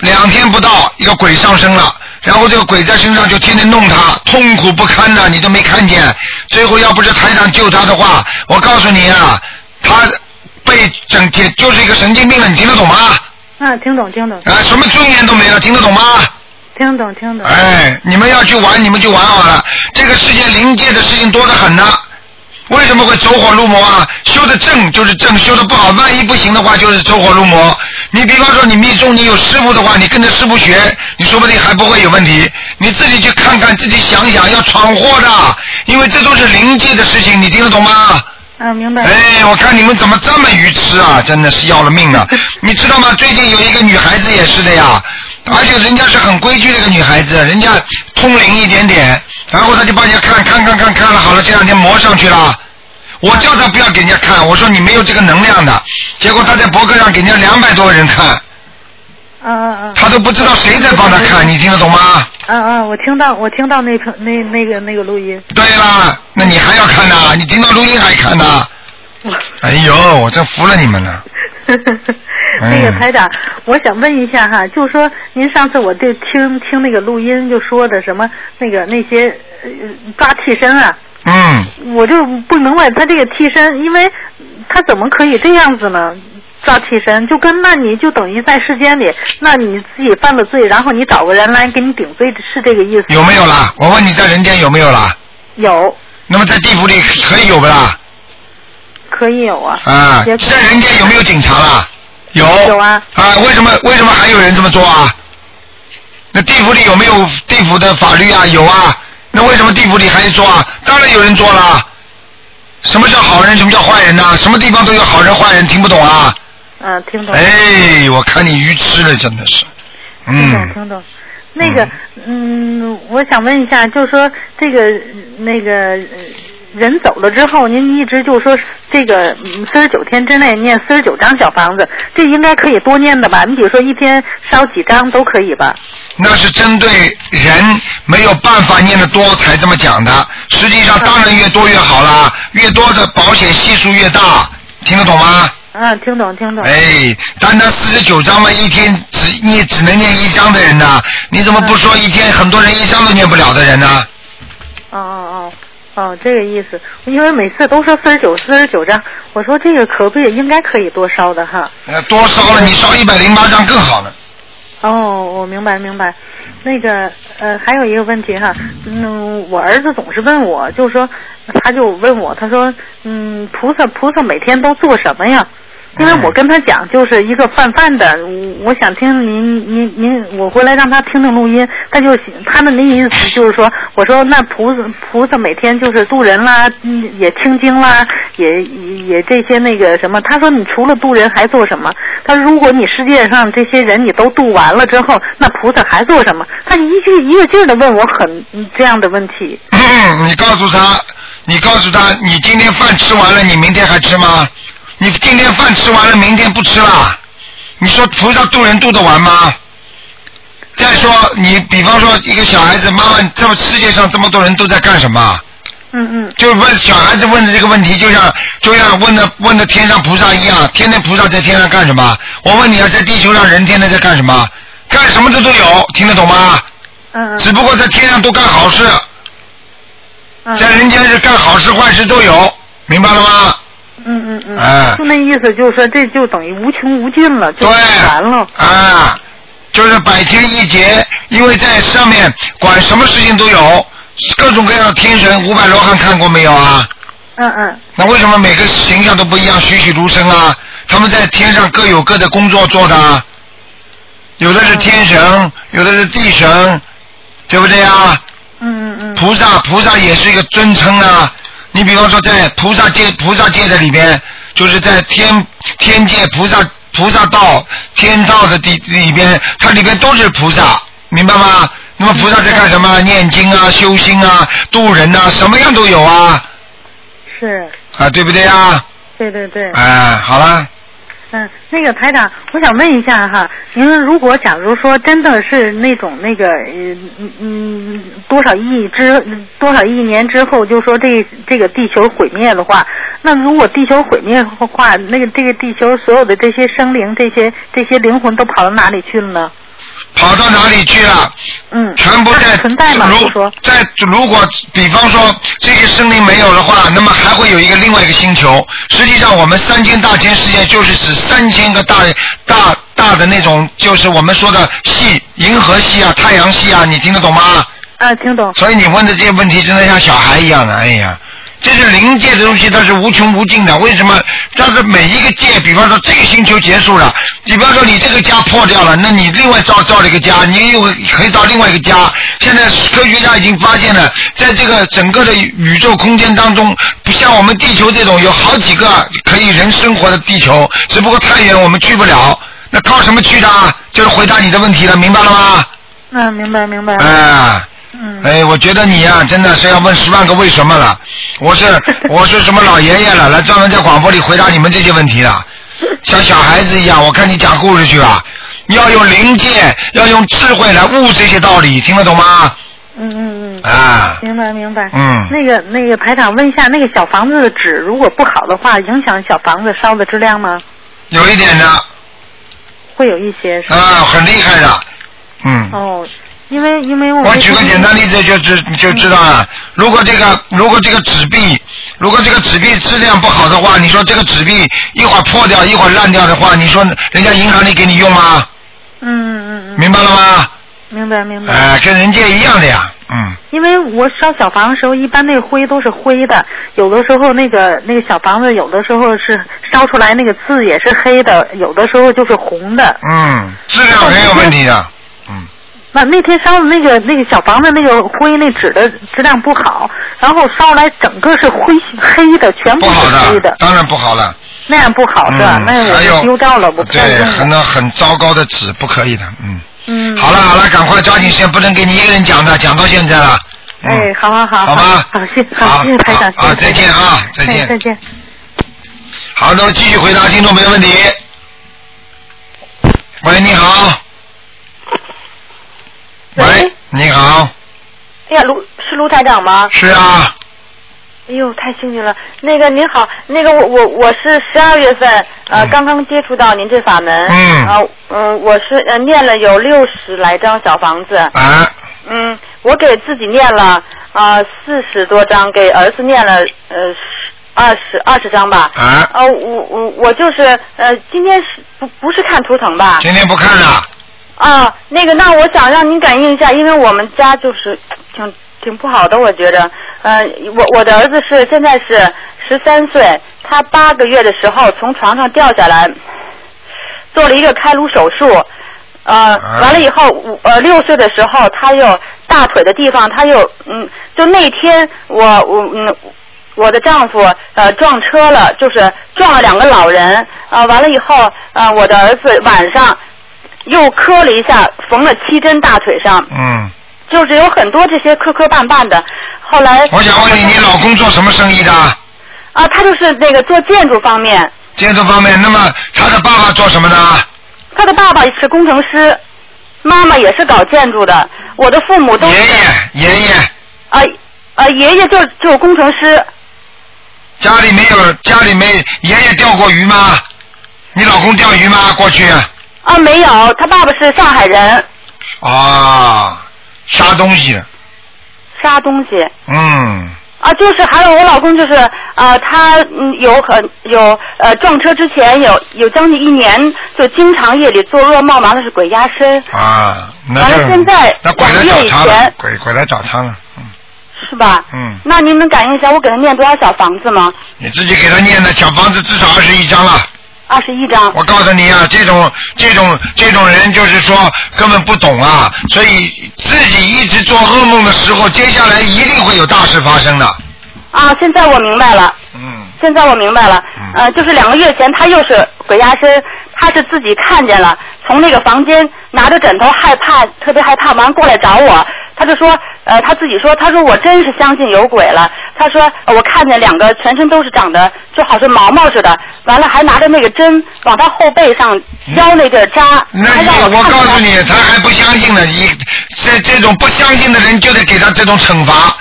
[SPEAKER 1] 两天不到一个鬼上身了。然后这个鬼在身上就天天弄她，痛苦不堪呐、你都没看见。最后要不是台长救她的话，我告诉你啊，她被整天就是一个神经病了，你听得懂吗？
[SPEAKER 7] 啊，听懂听懂
[SPEAKER 1] 啊，什么尊严都没了，听得懂吗？
[SPEAKER 7] 听懂听懂，
[SPEAKER 1] 哎，你们要去玩，你们就玩好了。这个世界灵界的事情多得很呢、为什么会走火入魔啊？修的正就是正，修的不好，万一不行的话就是走火入魔。你比方说你密宗，你有师傅的话，你跟着师傅学，你说不定还不会有问题。你自己去看看，自己想想，要闯祸的，因为这都是灵界的事情，你听得懂吗？
[SPEAKER 7] 啊，明白。
[SPEAKER 1] 哎，我看你们怎么这么愚痴啊！真的是要了命
[SPEAKER 7] [laughs]
[SPEAKER 1] 了。你知道吗？最近有一个女孩子也是的呀，而且人家是很规矩的一个女孩子，人家通灵一点点，然后她就帮人家看看看看看了，好了，这两天磨上去了。我叫她不要给人家看，我说你没有这个能量的。结果她在博客上给人家两百多人看，
[SPEAKER 7] 啊啊啊！
[SPEAKER 1] 她都不知道谁在帮她
[SPEAKER 7] 嗯
[SPEAKER 1] 看，你听得懂吗？
[SPEAKER 7] 啊啊！我听到，我听到那篇那那个那个录音，
[SPEAKER 1] 对啦，那你还要看呐？你听到录音还看呐？
[SPEAKER 7] 嗯
[SPEAKER 1] 哎呦，我真服了你们了。
[SPEAKER 7] [laughs]
[SPEAKER 1] 哎
[SPEAKER 7] 那个台长，我想问一下哈，就说您上次我就听听那个录音，就说的什么那个那些呃抓替身啊，
[SPEAKER 1] 嗯。
[SPEAKER 7] 我就不明白他这个替身，因为他怎么可以这样子呢？抓替身就跟那你就等于在世间里，那你自己犯了罪，然后你找个人来给你顶罪，是这个意思？
[SPEAKER 1] 有没有啦？我问你在人间有没有啦？
[SPEAKER 7] 有，
[SPEAKER 1] 那么在地府里可以有不啦？
[SPEAKER 7] 可以有啊。
[SPEAKER 1] 啊，
[SPEAKER 7] 也可以
[SPEAKER 1] 在人间有没有警察啦？有。
[SPEAKER 7] 有啊。
[SPEAKER 1] 啊，为什么为什么还有人这么做啊？那地府里有没有地府的法律啊？有啊。那为什么地府里还要做啊？当然有人做啦。什么叫好人？什么叫坏人呐、什么地方都有好人坏人，听不懂啊？哎
[SPEAKER 7] 嗯、听懂。
[SPEAKER 1] 哎，我看你愚痴了，真的是。
[SPEAKER 7] 听懂
[SPEAKER 1] 嗯。
[SPEAKER 7] 听懂。那个，嗯，我想问一下，就是说这个那个呃人走了之后，您一直就说这个嗯四十九天之内念四十九张小房子，这应该可以多念的吧？你比如说一天烧几张都可以吧？
[SPEAKER 1] 那是针对人没有办法念得多才这么讲的。实际上，当然越多越好啦，越多的保险系数越大，听得懂吗？
[SPEAKER 7] 嗯，听懂听懂。
[SPEAKER 1] 哎，单单四十九章嘛，一天只你只能念一章的人呐、你怎么不说一天很多人一章都念不了的人呢、
[SPEAKER 7] 哦哦哦哦，这个意思。因为每次都说四十九四十九张，我说这个可不也应该可以多烧的哈？
[SPEAKER 1] 呃，多烧了，你烧一百零八章更好呢。
[SPEAKER 7] 哦，我明白明白。那个呃，还有一个问题哈，嗯，我儿子总是问我，就是说，他就问我，他说，嗯，菩萨菩萨每天都做什么呀？因为我跟他讲，就是一个泛泛的，我我想听您您您，我回来让他听听录音，他就他的那意思就是
[SPEAKER 1] [laughs]
[SPEAKER 7] 说，我说那菩萨菩萨每天就是渡人啦，嗯也清经啦，也也也这些那个什么，他说你除了渡人还做什么？他说如果你世界上这些人你都渡完了之后，那菩萨还做什么？他一句一个劲儿的问我很这样的问题，
[SPEAKER 1] 你告诉他，你告诉他，你今天饭吃完了，你明天还吃吗？你今天饭吃完了，明天不吃啦？你说菩萨渡人渡得完吗？再说，你比方说一个小孩子，妈妈，这么世界上这么多人都在干什么？
[SPEAKER 7] 嗯嗯，
[SPEAKER 1] 就问小孩子问的这个问题，就像就像问的问的天上菩萨一样，天天菩萨在天上干什么？我问你啊，在地球上人天天在干什么？干什么的都有，听得懂吗？
[SPEAKER 7] 嗯
[SPEAKER 1] 只不过在天上都干好事，
[SPEAKER 7] 嗯
[SPEAKER 1] 在人间是干好事坏事都有，明白了吗？
[SPEAKER 7] 嗯嗯嗯，
[SPEAKER 1] 哎
[SPEAKER 7] 就那意思就是说这就等于无穷无尽了，就
[SPEAKER 1] 对
[SPEAKER 7] 完了，
[SPEAKER 1] 啊，就是百天一劫，因为在上面管什么事情都有，各种各样的天神，五百罗汉看过没有啊？
[SPEAKER 7] 嗯嗯。
[SPEAKER 1] 那为什么每个形象都不一样，栩栩如生啊？他们在天上各有各的工作做的啊，有的是天
[SPEAKER 7] 嗯
[SPEAKER 1] 神，有的是地神，对不对啊？
[SPEAKER 7] 嗯嗯嗯
[SPEAKER 1] 菩萨，菩萨也是一个尊称啊。你比方说，在菩萨界，菩萨界的里边，就是在天天界菩萨菩萨道天道的地里边，它里边都是菩萨，明白吗？那么菩萨在干什么？念经啊，修心啊，度人呐、什么样都有啊，
[SPEAKER 7] 是，
[SPEAKER 1] 啊，对不对啊？
[SPEAKER 7] 对对对，
[SPEAKER 1] 哎，好了，
[SPEAKER 7] 嗯，那个台长，我想问一下哈，您说如果假如说真的是那种那个呃嗯嗯多少亿之多少亿年之后，就说这这个地球毁灭的话，那如果地球毁灭的话，那个这个地球所有的这些生灵，这些这些灵魂都跑到哪里去了呢？
[SPEAKER 1] 跑到哪里去了？
[SPEAKER 7] 嗯，
[SPEAKER 1] 全部在
[SPEAKER 7] 存在吗？就
[SPEAKER 1] 如
[SPEAKER 7] 说，
[SPEAKER 1] 在如果比方说这个森林没有的话，那么还会有一个另外一个星球。实际上，我们三千大千世界就是指三千个大大大的那种，就是我们说的系，银河系啊、太阳系啊，你听得懂吗？
[SPEAKER 7] 啊，听懂，
[SPEAKER 1] 所以你问的这些问题真的像小孩一样的，哎呀，这是灵界的东西，它是无穷无尽的。为什么？但是每一个界，比方说这个星球结束了，比方说你这个家破掉了，那你另外造造了一个家，你又可以到另外一个家。现在科学家已经发现了，在这个整个的宇宙空间当中，不像我们地球这种有好几个可以人生活的地球，只不过太远我们去不了。那靠什么去的啊？就是回答你的问题了，明白了吗？
[SPEAKER 7] 嗯、明白明白，
[SPEAKER 1] 哎、
[SPEAKER 7] 嗯，
[SPEAKER 1] 哎，我觉得你呀、真的是要问十万个为什么了。我是我是什么老爷爷了，来专门在广播里回答你们这些问题的，像小孩子一样。我看你讲故事去吧，要用灵界，要用智慧来悟这些道理，听得懂吗？
[SPEAKER 7] 嗯嗯嗯。
[SPEAKER 1] 啊，
[SPEAKER 7] 明白明白，
[SPEAKER 1] 嗯
[SPEAKER 7] 那个那个排长问一下，那个小房子的纸如果不好的话，影响小房子烧的质量吗？
[SPEAKER 1] 有一点的，
[SPEAKER 7] 会有一些是吧？
[SPEAKER 1] 啊，很厉害的，嗯。
[SPEAKER 7] 哦，因为因为我
[SPEAKER 1] 我举个简单例子就知就知道了。如果这个如果这个纸币，如果这个纸币质量不好的话，你说这个纸币一会儿破掉，一会儿烂掉的话，你说人家银行里给你用吗？
[SPEAKER 7] 嗯嗯嗯，
[SPEAKER 1] 明白了吗？
[SPEAKER 7] 明白明白。
[SPEAKER 1] 哎、跟人家一样的呀，嗯。
[SPEAKER 7] 因为我烧小房的时候，一般那个灰都是灰的，有的时候那个那个小房子，有的时候是烧出来那个字也是黑的，有的时候就是红的。
[SPEAKER 1] 嗯，质量很有问题的，嗯，
[SPEAKER 7] 那那天烧的那个那个小房子那个灰那纸的质量不好，然后烧来整个是灰黑的，全部
[SPEAKER 1] 不好
[SPEAKER 7] 是黑
[SPEAKER 1] 的
[SPEAKER 7] 的，，
[SPEAKER 1] 当然不好了。
[SPEAKER 7] 那样不好是吧？哦
[SPEAKER 1] 嗯，
[SPEAKER 7] 啊那
[SPEAKER 1] 还
[SPEAKER 7] 我
[SPEAKER 1] 有
[SPEAKER 7] 就丢掉了，我不再
[SPEAKER 1] 对，
[SPEAKER 7] 用
[SPEAKER 1] 很
[SPEAKER 7] 了。
[SPEAKER 1] 多很糟糕的纸不可以的，嗯，
[SPEAKER 7] 嗯
[SPEAKER 1] 好了好了，赶快抓紧时间，不能给你一个人讲的，讲到现在了。嗯
[SPEAKER 7] 哎，好好好，
[SPEAKER 1] 好吧
[SPEAKER 7] 好谢
[SPEAKER 1] 好
[SPEAKER 7] 好谢谢台长，
[SPEAKER 1] 好
[SPEAKER 7] 谢谢
[SPEAKER 1] 再见
[SPEAKER 7] 台
[SPEAKER 1] 啊
[SPEAKER 7] 长
[SPEAKER 1] 再见
[SPEAKER 7] 哎再见。
[SPEAKER 1] 好，那么继续回答听众朋友问题。喂，你好。喂
[SPEAKER 8] 喂，
[SPEAKER 1] 你好，
[SPEAKER 8] 哎呀，卢是卢台长吗？
[SPEAKER 1] 是啊，
[SPEAKER 8] 哎呦，太幸运了！那个您好，那个我我我是十二月份呃、
[SPEAKER 1] 嗯
[SPEAKER 8] 刚刚接触到您这法门，
[SPEAKER 1] 嗯
[SPEAKER 8] 啊嗯、我是呃念了有六十来张小房子，
[SPEAKER 1] 啊，
[SPEAKER 8] 嗯，我给自己念了啊四十多张，给儿子念了呃二十二十张吧，
[SPEAKER 1] 啊
[SPEAKER 8] 呃我我我就是呃今天是不不是看图腾吧？
[SPEAKER 1] 今天不看了，
[SPEAKER 8] 啊，那个，那我想让您感应一下，因为我们家就是挺挺不好的，我觉着。呃，我我的儿子是现在是十三岁，他八个月的时候从床上掉下来，做了一个开颅手术。呃，
[SPEAKER 1] 啊
[SPEAKER 8] 完了以后，五呃六岁的时候，他又大腿的地方，他又嗯，就那天我我嗯。我的丈夫呃撞车了，就是撞了两个老人，啊、完了以后，啊我的儿子晚上又磕了一下，缝了七针大腿上，
[SPEAKER 1] 嗯，
[SPEAKER 8] 就是有很多这些磕磕绊绊的。后来
[SPEAKER 1] 我想问你，你老公做什么生意的？
[SPEAKER 8] 啊，他就是那个做建筑方面，
[SPEAKER 1] 建筑方面，那么他的爸爸做什么的？
[SPEAKER 8] 他的爸爸是工程师，妈妈也是搞建筑的，我的父母都
[SPEAKER 1] 爷
[SPEAKER 8] 是
[SPEAKER 1] 爷，爷爷，
[SPEAKER 8] 啊啊爷爷就就是工程师，
[SPEAKER 1] 家里没有，家里没，爷爷钓过鱼吗？你老公钓鱼吗？过去？
[SPEAKER 8] 啊没有，他爸爸是上海人，
[SPEAKER 1] 啊，杀东西的，
[SPEAKER 8] 杀东西。
[SPEAKER 1] 嗯，
[SPEAKER 8] 啊，就是还有我老公就是呃，他嗯有很有呃撞车之前有有将近一年，就经常夜里做噩梦，完了是鬼压身，
[SPEAKER 1] 啊，那
[SPEAKER 8] 完
[SPEAKER 1] 就
[SPEAKER 8] 了现在
[SPEAKER 1] 那鬼来
[SPEAKER 8] 两个月
[SPEAKER 1] 找他
[SPEAKER 8] 以
[SPEAKER 1] 了
[SPEAKER 8] 前，
[SPEAKER 1] 鬼鬼来找他了，嗯
[SPEAKER 8] 是吧？
[SPEAKER 1] 嗯，
[SPEAKER 8] 那您能感应一下我给他念多少小房子吗？
[SPEAKER 1] 你自己给他念的小房子至少二十一章了。
[SPEAKER 8] 二十一张。
[SPEAKER 1] 我告诉你啊，这种这种这种人就是说根本不懂啊，所以自己一直做噩梦的时候，接下来一定会有大事发生的。
[SPEAKER 8] 啊，现在我明白了，
[SPEAKER 1] 嗯，
[SPEAKER 8] 现在我明白了
[SPEAKER 1] 嗯。
[SPEAKER 8] 呃，就是两个月前他又是鬼压身，他是自己看见了，从那个房间拿着枕头害怕，特别害怕，完了过来找我。他就说，呃，他自己说，他说我真是相信有鬼了。他说、呃我看见两个全身都是长得就好像毛毛似的，完了还拿着那个针往他后背上
[SPEAKER 1] 嗯
[SPEAKER 8] 浇那个扎，
[SPEAKER 1] 那
[SPEAKER 8] 还
[SPEAKER 1] 你
[SPEAKER 8] 让
[SPEAKER 1] 我
[SPEAKER 8] 哎看
[SPEAKER 1] 告
[SPEAKER 8] 见
[SPEAKER 1] 诉你，他还不相信呢，你这这种不相信的人就得给他这种惩罚。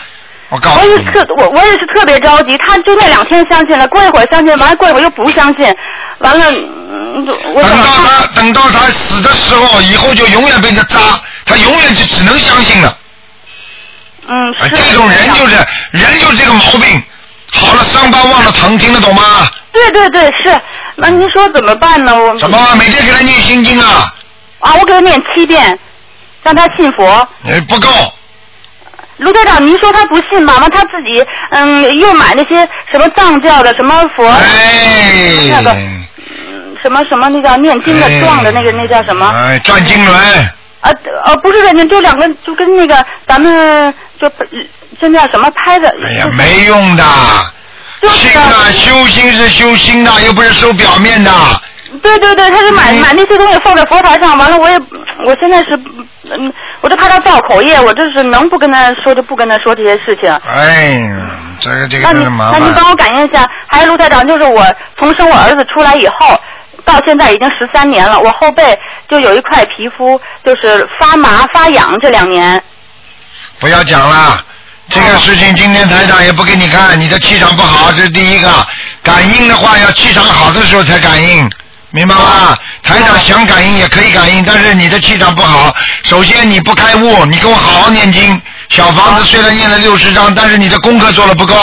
[SPEAKER 1] 我告
[SPEAKER 8] 我
[SPEAKER 1] 诉
[SPEAKER 8] 也
[SPEAKER 1] 你
[SPEAKER 8] 是，特我我也是特别着急，他就那两天相信了，过一会儿相信，完了过一会儿又不相信，完了，嗯我怎
[SPEAKER 1] 等
[SPEAKER 8] 么
[SPEAKER 1] 到
[SPEAKER 8] 办？
[SPEAKER 1] 他等到他死的时候，以后就永远被他扎，他永远就只能相信了。
[SPEAKER 8] 嗯，
[SPEAKER 1] 啊，
[SPEAKER 8] 是
[SPEAKER 1] 这种人就是人就是这个毛病，好了伤疤忘了疼，听得懂吗？
[SPEAKER 8] 对对对是，那您说怎么办呢？我
[SPEAKER 1] 什么？每天给他念心经啊？
[SPEAKER 8] 啊，我给他念七遍，让他信佛。
[SPEAKER 1] 呃，不够，
[SPEAKER 8] 卢队长，您说他不信嘛？完他自己嗯，又买那些什么藏教的什么佛，
[SPEAKER 1] 哎，
[SPEAKER 8] 那个嗯什么什么那叫念经的撞的那个那叫什么？
[SPEAKER 1] 哎，转经轮，
[SPEAKER 8] 啊呃，不是的，你就两个，就跟那个咱们就就那叫什么拍的，
[SPEAKER 1] 哎呀，没用的。
[SPEAKER 8] 嗯就是
[SPEAKER 1] 心啊，修心是修心的，又不是收表面的。
[SPEAKER 8] 对对对，他就买
[SPEAKER 1] 嗯
[SPEAKER 8] 买那些东西放在佛台上，完了我也，我现在是，嗯，我就怕他造口业，我就是能不跟他说就不跟他说这些事情。
[SPEAKER 1] 哎呀，这个这个
[SPEAKER 8] 那
[SPEAKER 1] 真
[SPEAKER 8] 你
[SPEAKER 1] 是麻
[SPEAKER 8] 那
[SPEAKER 1] 烦
[SPEAKER 8] 你。帮我感应一下，还有卢台长，就是我从生我儿子出来以后，到现在已经十三年了，我后背就有一块皮肤就是发麻发痒，这两年。
[SPEAKER 1] 不要讲了，这个事情今天台长也不给你看，你的气场不好，这是第一个。感应的话，要气场好的时候才感应，明白吗？台长想感应也可以感应，但是你的气场不好，首先你不开悟，你给我好好念经。小房子虽然念了六十章，但是你的功课做的不够。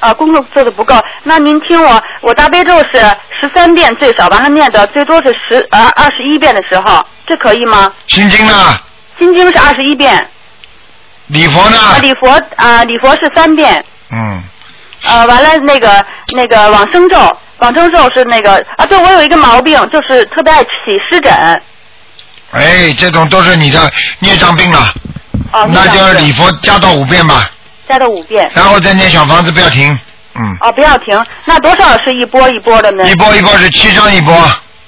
[SPEAKER 8] 啊，功课做的不够。那您听我，我大悲咒是十三遍最少，完了念的最多是十呃二十一遍的时候，这可以吗？
[SPEAKER 1] 心经呢？
[SPEAKER 8] 心经是二十一遍，
[SPEAKER 1] 礼佛呢？
[SPEAKER 8] 啊，礼佛啊，礼佛是三遍，
[SPEAKER 1] 嗯，
[SPEAKER 8] 呃，完了那个那个往生咒，往生咒是那个啊，对我有一个毛病，就是特别爱起湿疹，
[SPEAKER 1] 哎，这种都是你的孽障病了，
[SPEAKER 8] 啊，
[SPEAKER 1] 那就是礼
[SPEAKER 8] 你
[SPEAKER 1] 佛加到五遍吧，
[SPEAKER 8] 加到五遍，哦
[SPEAKER 1] 然后再念小房子不要停，嗯，
[SPEAKER 8] 啊，不要停，那多少是一波一波的呢？
[SPEAKER 1] 一波一波是七张一波。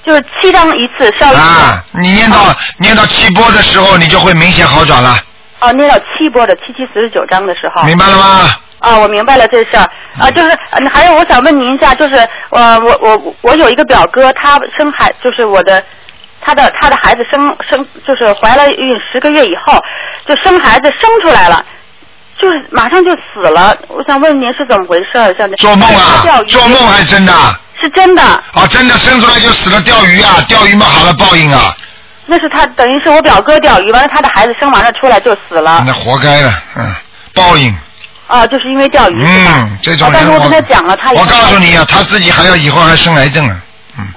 [SPEAKER 8] 就是七张一次烧一次。
[SPEAKER 1] 啊，你念到、念到七波的时候，你就会明显好转了，
[SPEAKER 8] 哦，念到七波的七七四十九章的时候。
[SPEAKER 1] 明白了吗？
[SPEAKER 8] 啊，我明白了这事儿啊，就是嗯还有我想问您一下，就是呃，我我我有一个表哥，他生孩就是我的。他的他的孩子生生就是怀了孕十个月以后，就生孩子生出来了，就是马上就死了。我想问您是怎么回事儿？像这
[SPEAKER 1] 做梦
[SPEAKER 8] 钓
[SPEAKER 1] 啊，
[SPEAKER 8] 鱼
[SPEAKER 1] 做梦还真的啊，
[SPEAKER 8] 是真的，
[SPEAKER 1] 啊真的生出来就死了钓鱼啊，钓鱼嘛好了报应啊，
[SPEAKER 8] 那是他等于是我表哥钓鱼，完了他的孩子生完了出来就死了。
[SPEAKER 1] 那活该了，嗯，报应。
[SPEAKER 8] 啊，就是因为钓鱼是吧？
[SPEAKER 1] 嗯，这种
[SPEAKER 8] 啊但
[SPEAKER 1] 人
[SPEAKER 8] 是我
[SPEAKER 1] 我
[SPEAKER 8] 跟他讲了，他也
[SPEAKER 1] 我告诉你啊，他自己还要以后还生癌症啊，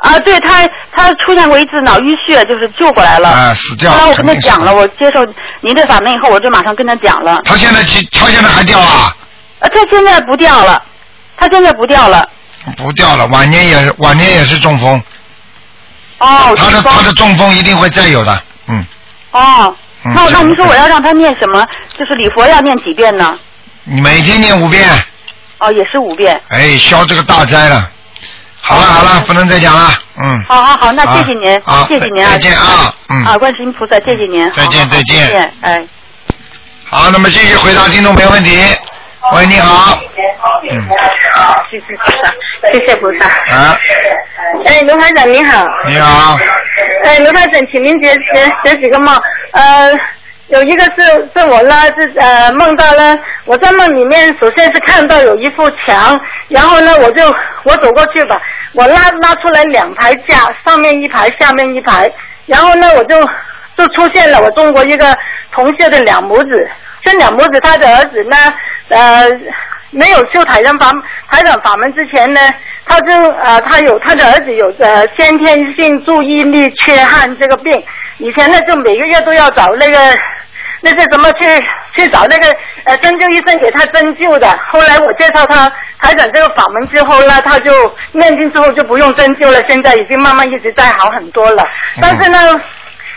[SPEAKER 8] 啊，对他他出现过一次脑淤血，就是救过来了。
[SPEAKER 1] 啊死掉
[SPEAKER 8] 后来我跟他
[SPEAKER 1] 肯定是
[SPEAKER 8] 讲了，我接受您这法门以后，我就马上跟他讲了。
[SPEAKER 1] 他现在去他现在还掉啊，
[SPEAKER 8] 啊，他现在不掉了，他现在不掉了。
[SPEAKER 1] 不掉了，晚年也晚年也是中风，
[SPEAKER 8] 哦，
[SPEAKER 1] 他
[SPEAKER 8] 中
[SPEAKER 1] 的
[SPEAKER 8] 风
[SPEAKER 1] 他的中风一定会再有的，嗯，
[SPEAKER 8] 哦。
[SPEAKER 1] 嗯
[SPEAKER 8] 那我
[SPEAKER 1] 这
[SPEAKER 8] 那
[SPEAKER 1] 个
[SPEAKER 8] 您说我要让他念什么？就是礼佛要念几遍呢？
[SPEAKER 1] 你每天念五遍，
[SPEAKER 8] 哦，也是五遍。
[SPEAKER 1] 哎，消这个大灾了。好了好了，不能再讲了，嗯，
[SPEAKER 8] 好好好，那
[SPEAKER 1] 好
[SPEAKER 8] 谢谢您，
[SPEAKER 1] 好
[SPEAKER 8] 谢谢您啊，
[SPEAKER 1] 再见啊嗯
[SPEAKER 8] 啊，观世音菩萨，谢谢您，
[SPEAKER 1] 再
[SPEAKER 8] 好
[SPEAKER 1] 见
[SPEAKER 8] 好好
[SPEAKER 1] 再见
[SPEAKER 8] 再见，哎。
[SPEAKER 1] 好，那么继续回答听众朋友问题。喂，你好，嗯，
[SPEAKER 9] 谢谢菩萨，谢谢菩萨。
[SPEAKER 1] 啊，
[SPEAKER 9] 哎，卢台长您好。
[SPEAKER 1] 你好，
[SPEAKER 9] 哎，卢台长，请您解解解几个梦。呃，有一个是是我呢，是呃梦到呢，我在梦里面首先是看到有一幅墙，然后呢我就我走过去吧，我拉拉出来两排架，上面一排，下面一排，然后呢我就就出现了我中国一个同学的两母子，这两母子他的儿子呢，呃，没有修台长法台长法门之前呢，他就呃他有他的儿子有呃先天性注意力缺憾这个病，以前呢就每个月都要找那个 [laughs] 那是怎么去去找那个呃针灸医生给他针灸的。后来我介绍他台长这个法门之后呢，他就念经之后就不用针灸了，现在已经慢慢一直在好很多了。但是呢。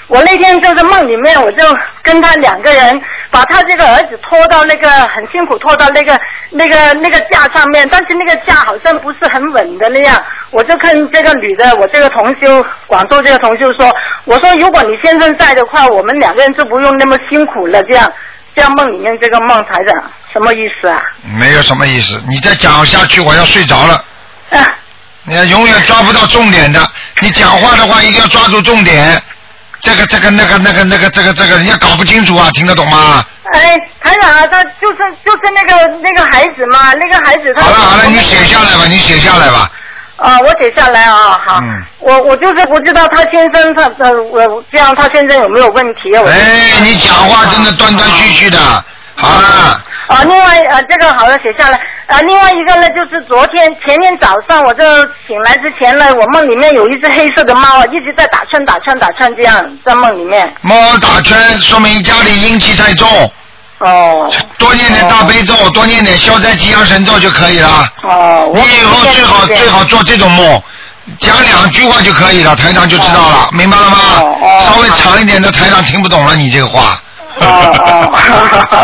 [SPEAKER 9] 我那天就是梦里面，我就跟他两个人把他这个儿子拖到那个很辛苦拖到那个那个那个架上面，但是那个架好像不是很稳的那样。我就跟这个女的，我这个同修，广州这个同修说，我说如果你先生在的话，我们两个人就不用那么辛苦了。这样，这样梦里面这个梦台长什么意思啊？
[SPEAKER 1] 没有什么意思，你再讲下去我要睡着了。
[SPEAKER 9] 啊，
[SPEAKER 1] 你永远抓不到重点的。你讲话的话一定要抓住重点。这个这个那个那个那个这个这个，人家搞不清楚啊，听得懂吗？
[SPEAKER 9] 哎，台长啊，他就是就是那个那个孩子嘛，那个孩子他
[SPEAKER 1] 好了好了，你写下来吧，你写下来吧。
[SPEAKER 9] 啊，我写下来啊，好，
[SPEAKER 1] 嗯
[SPEAKER 9] 我我就是不知道他先生他呃我这样他先生有没有问题啊？我
[SPEAKER 1] 哎，你讲话真的断断续续的。好了，
[SPEAKER 9] 啊，另外啊，这个好了，写下来啊。另外一个呢，就是昨天前天早上，我就醒来之前呢，我梦里面有一只黑色的猫啊，一直在打圈打圈打圈，这样在梦里面。
[SPEAKER 1] 猫打圈说明家里阴气太重，
[SPEAKER 9] 哦
[SPEAKER 1] 多念点大悲咒，多念点消灾吉祥神咒就可以了。
[SPEAKER 9] 哦，我
[SPEAKER 1] 你以后最好
[SPEAKER 9] 对
[SPEAKER 1] 最好做这种梦，讲两句话就可以了，台长就知道了，明白了吗？
[SPEAKER 9] 哦哦
[SPEAKER 1] 稍微长一点的台长听不懂了，你这个话。
[SPEAKER 9] 哦哦，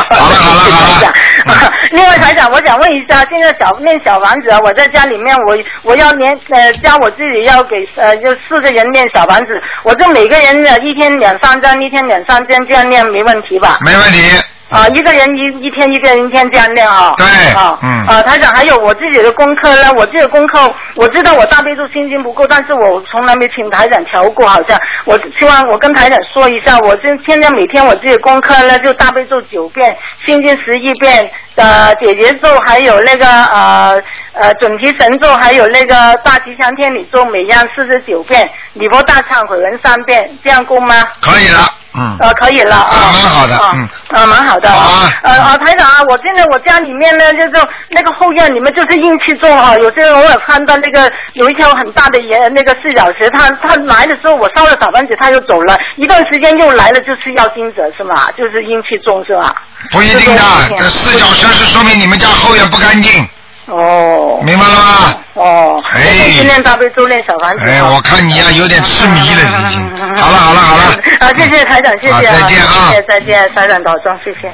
[SPEAKER 1] 好了好了好
[SPEAKER 9] 台
[SPEAKER 1] 了
[SPEAKER 9] 长。另外，台长，我想问一下，现在小念小房子啊，我在家里面，我我要念呃，家我自己要给呃，就四个人念小房子，我就每个人呢一天两三张，一天两三张这样念没问题吧？
[SPEAKER 1] 没问题。
[SPEAKER 9] 啊，一个人一一天一个人一天这样练啊。
[SPEAKER 1] 对
[SPEAKER 9] 啊，
[SPEAKER 1] 嗯
[SPEAKER 9] 啊，台长，还有我自己的功课呢，我自己的功课，我知道我大悲咒心经不够，但是我从来没请台长调过，好像我希望我跟台长说一下，我这现在每天我自己的功课呢，就大悲咒九遍，心经十一遍，呃，解结咒还有那个呃呃准提神咒，还有那个大吉祥天理咒，每样四十九遍，礼佛大忏悔文三遍，这样够吗？
[SPEAKER 1] 可以了，嗯，
[SPEAKER 9] 呃，可以了啊，
[SPEAKER 1] 啊蛮好的
[SPEAKER 9] 啊
[SPEAKER 1] 嗯
[SPEAKER 9] 啊，蛮好的
[SPEAKER 1] 好啊
[SPEAKER 9] 呃啊，台长啊，我现在我家里面呢，就是那个后院里面就是阴气重啊，有些人偶尔看到那个有一条很大的岩，那个四角石，他他来的时候我烧了小房子，他又走了，一段时间又来了，就是要金者是吗？就是阴气重是吧？
[SPEAKER 1] 不一定的，这四角蛇是说明你们家后院不干净，
[SPEAKER 9] 哦
[SPEAKER 1] 明白了吗？
[SPEAKER 9] 哦，
[SPEAKER 1] 哎
[SPEAKER 9] 今天大悲咒练小房子啊。
[SPEAKER 1] 哎，我看你呀、有点痴迷了，已经。好了好了好了，
[SPEAKER 9] [laughs] 啊，谢谢台长，谢谢
[SPEAKER 1] 好再见啊
[SPEAKER 9] 谢谢再见，台长保重，谢谢。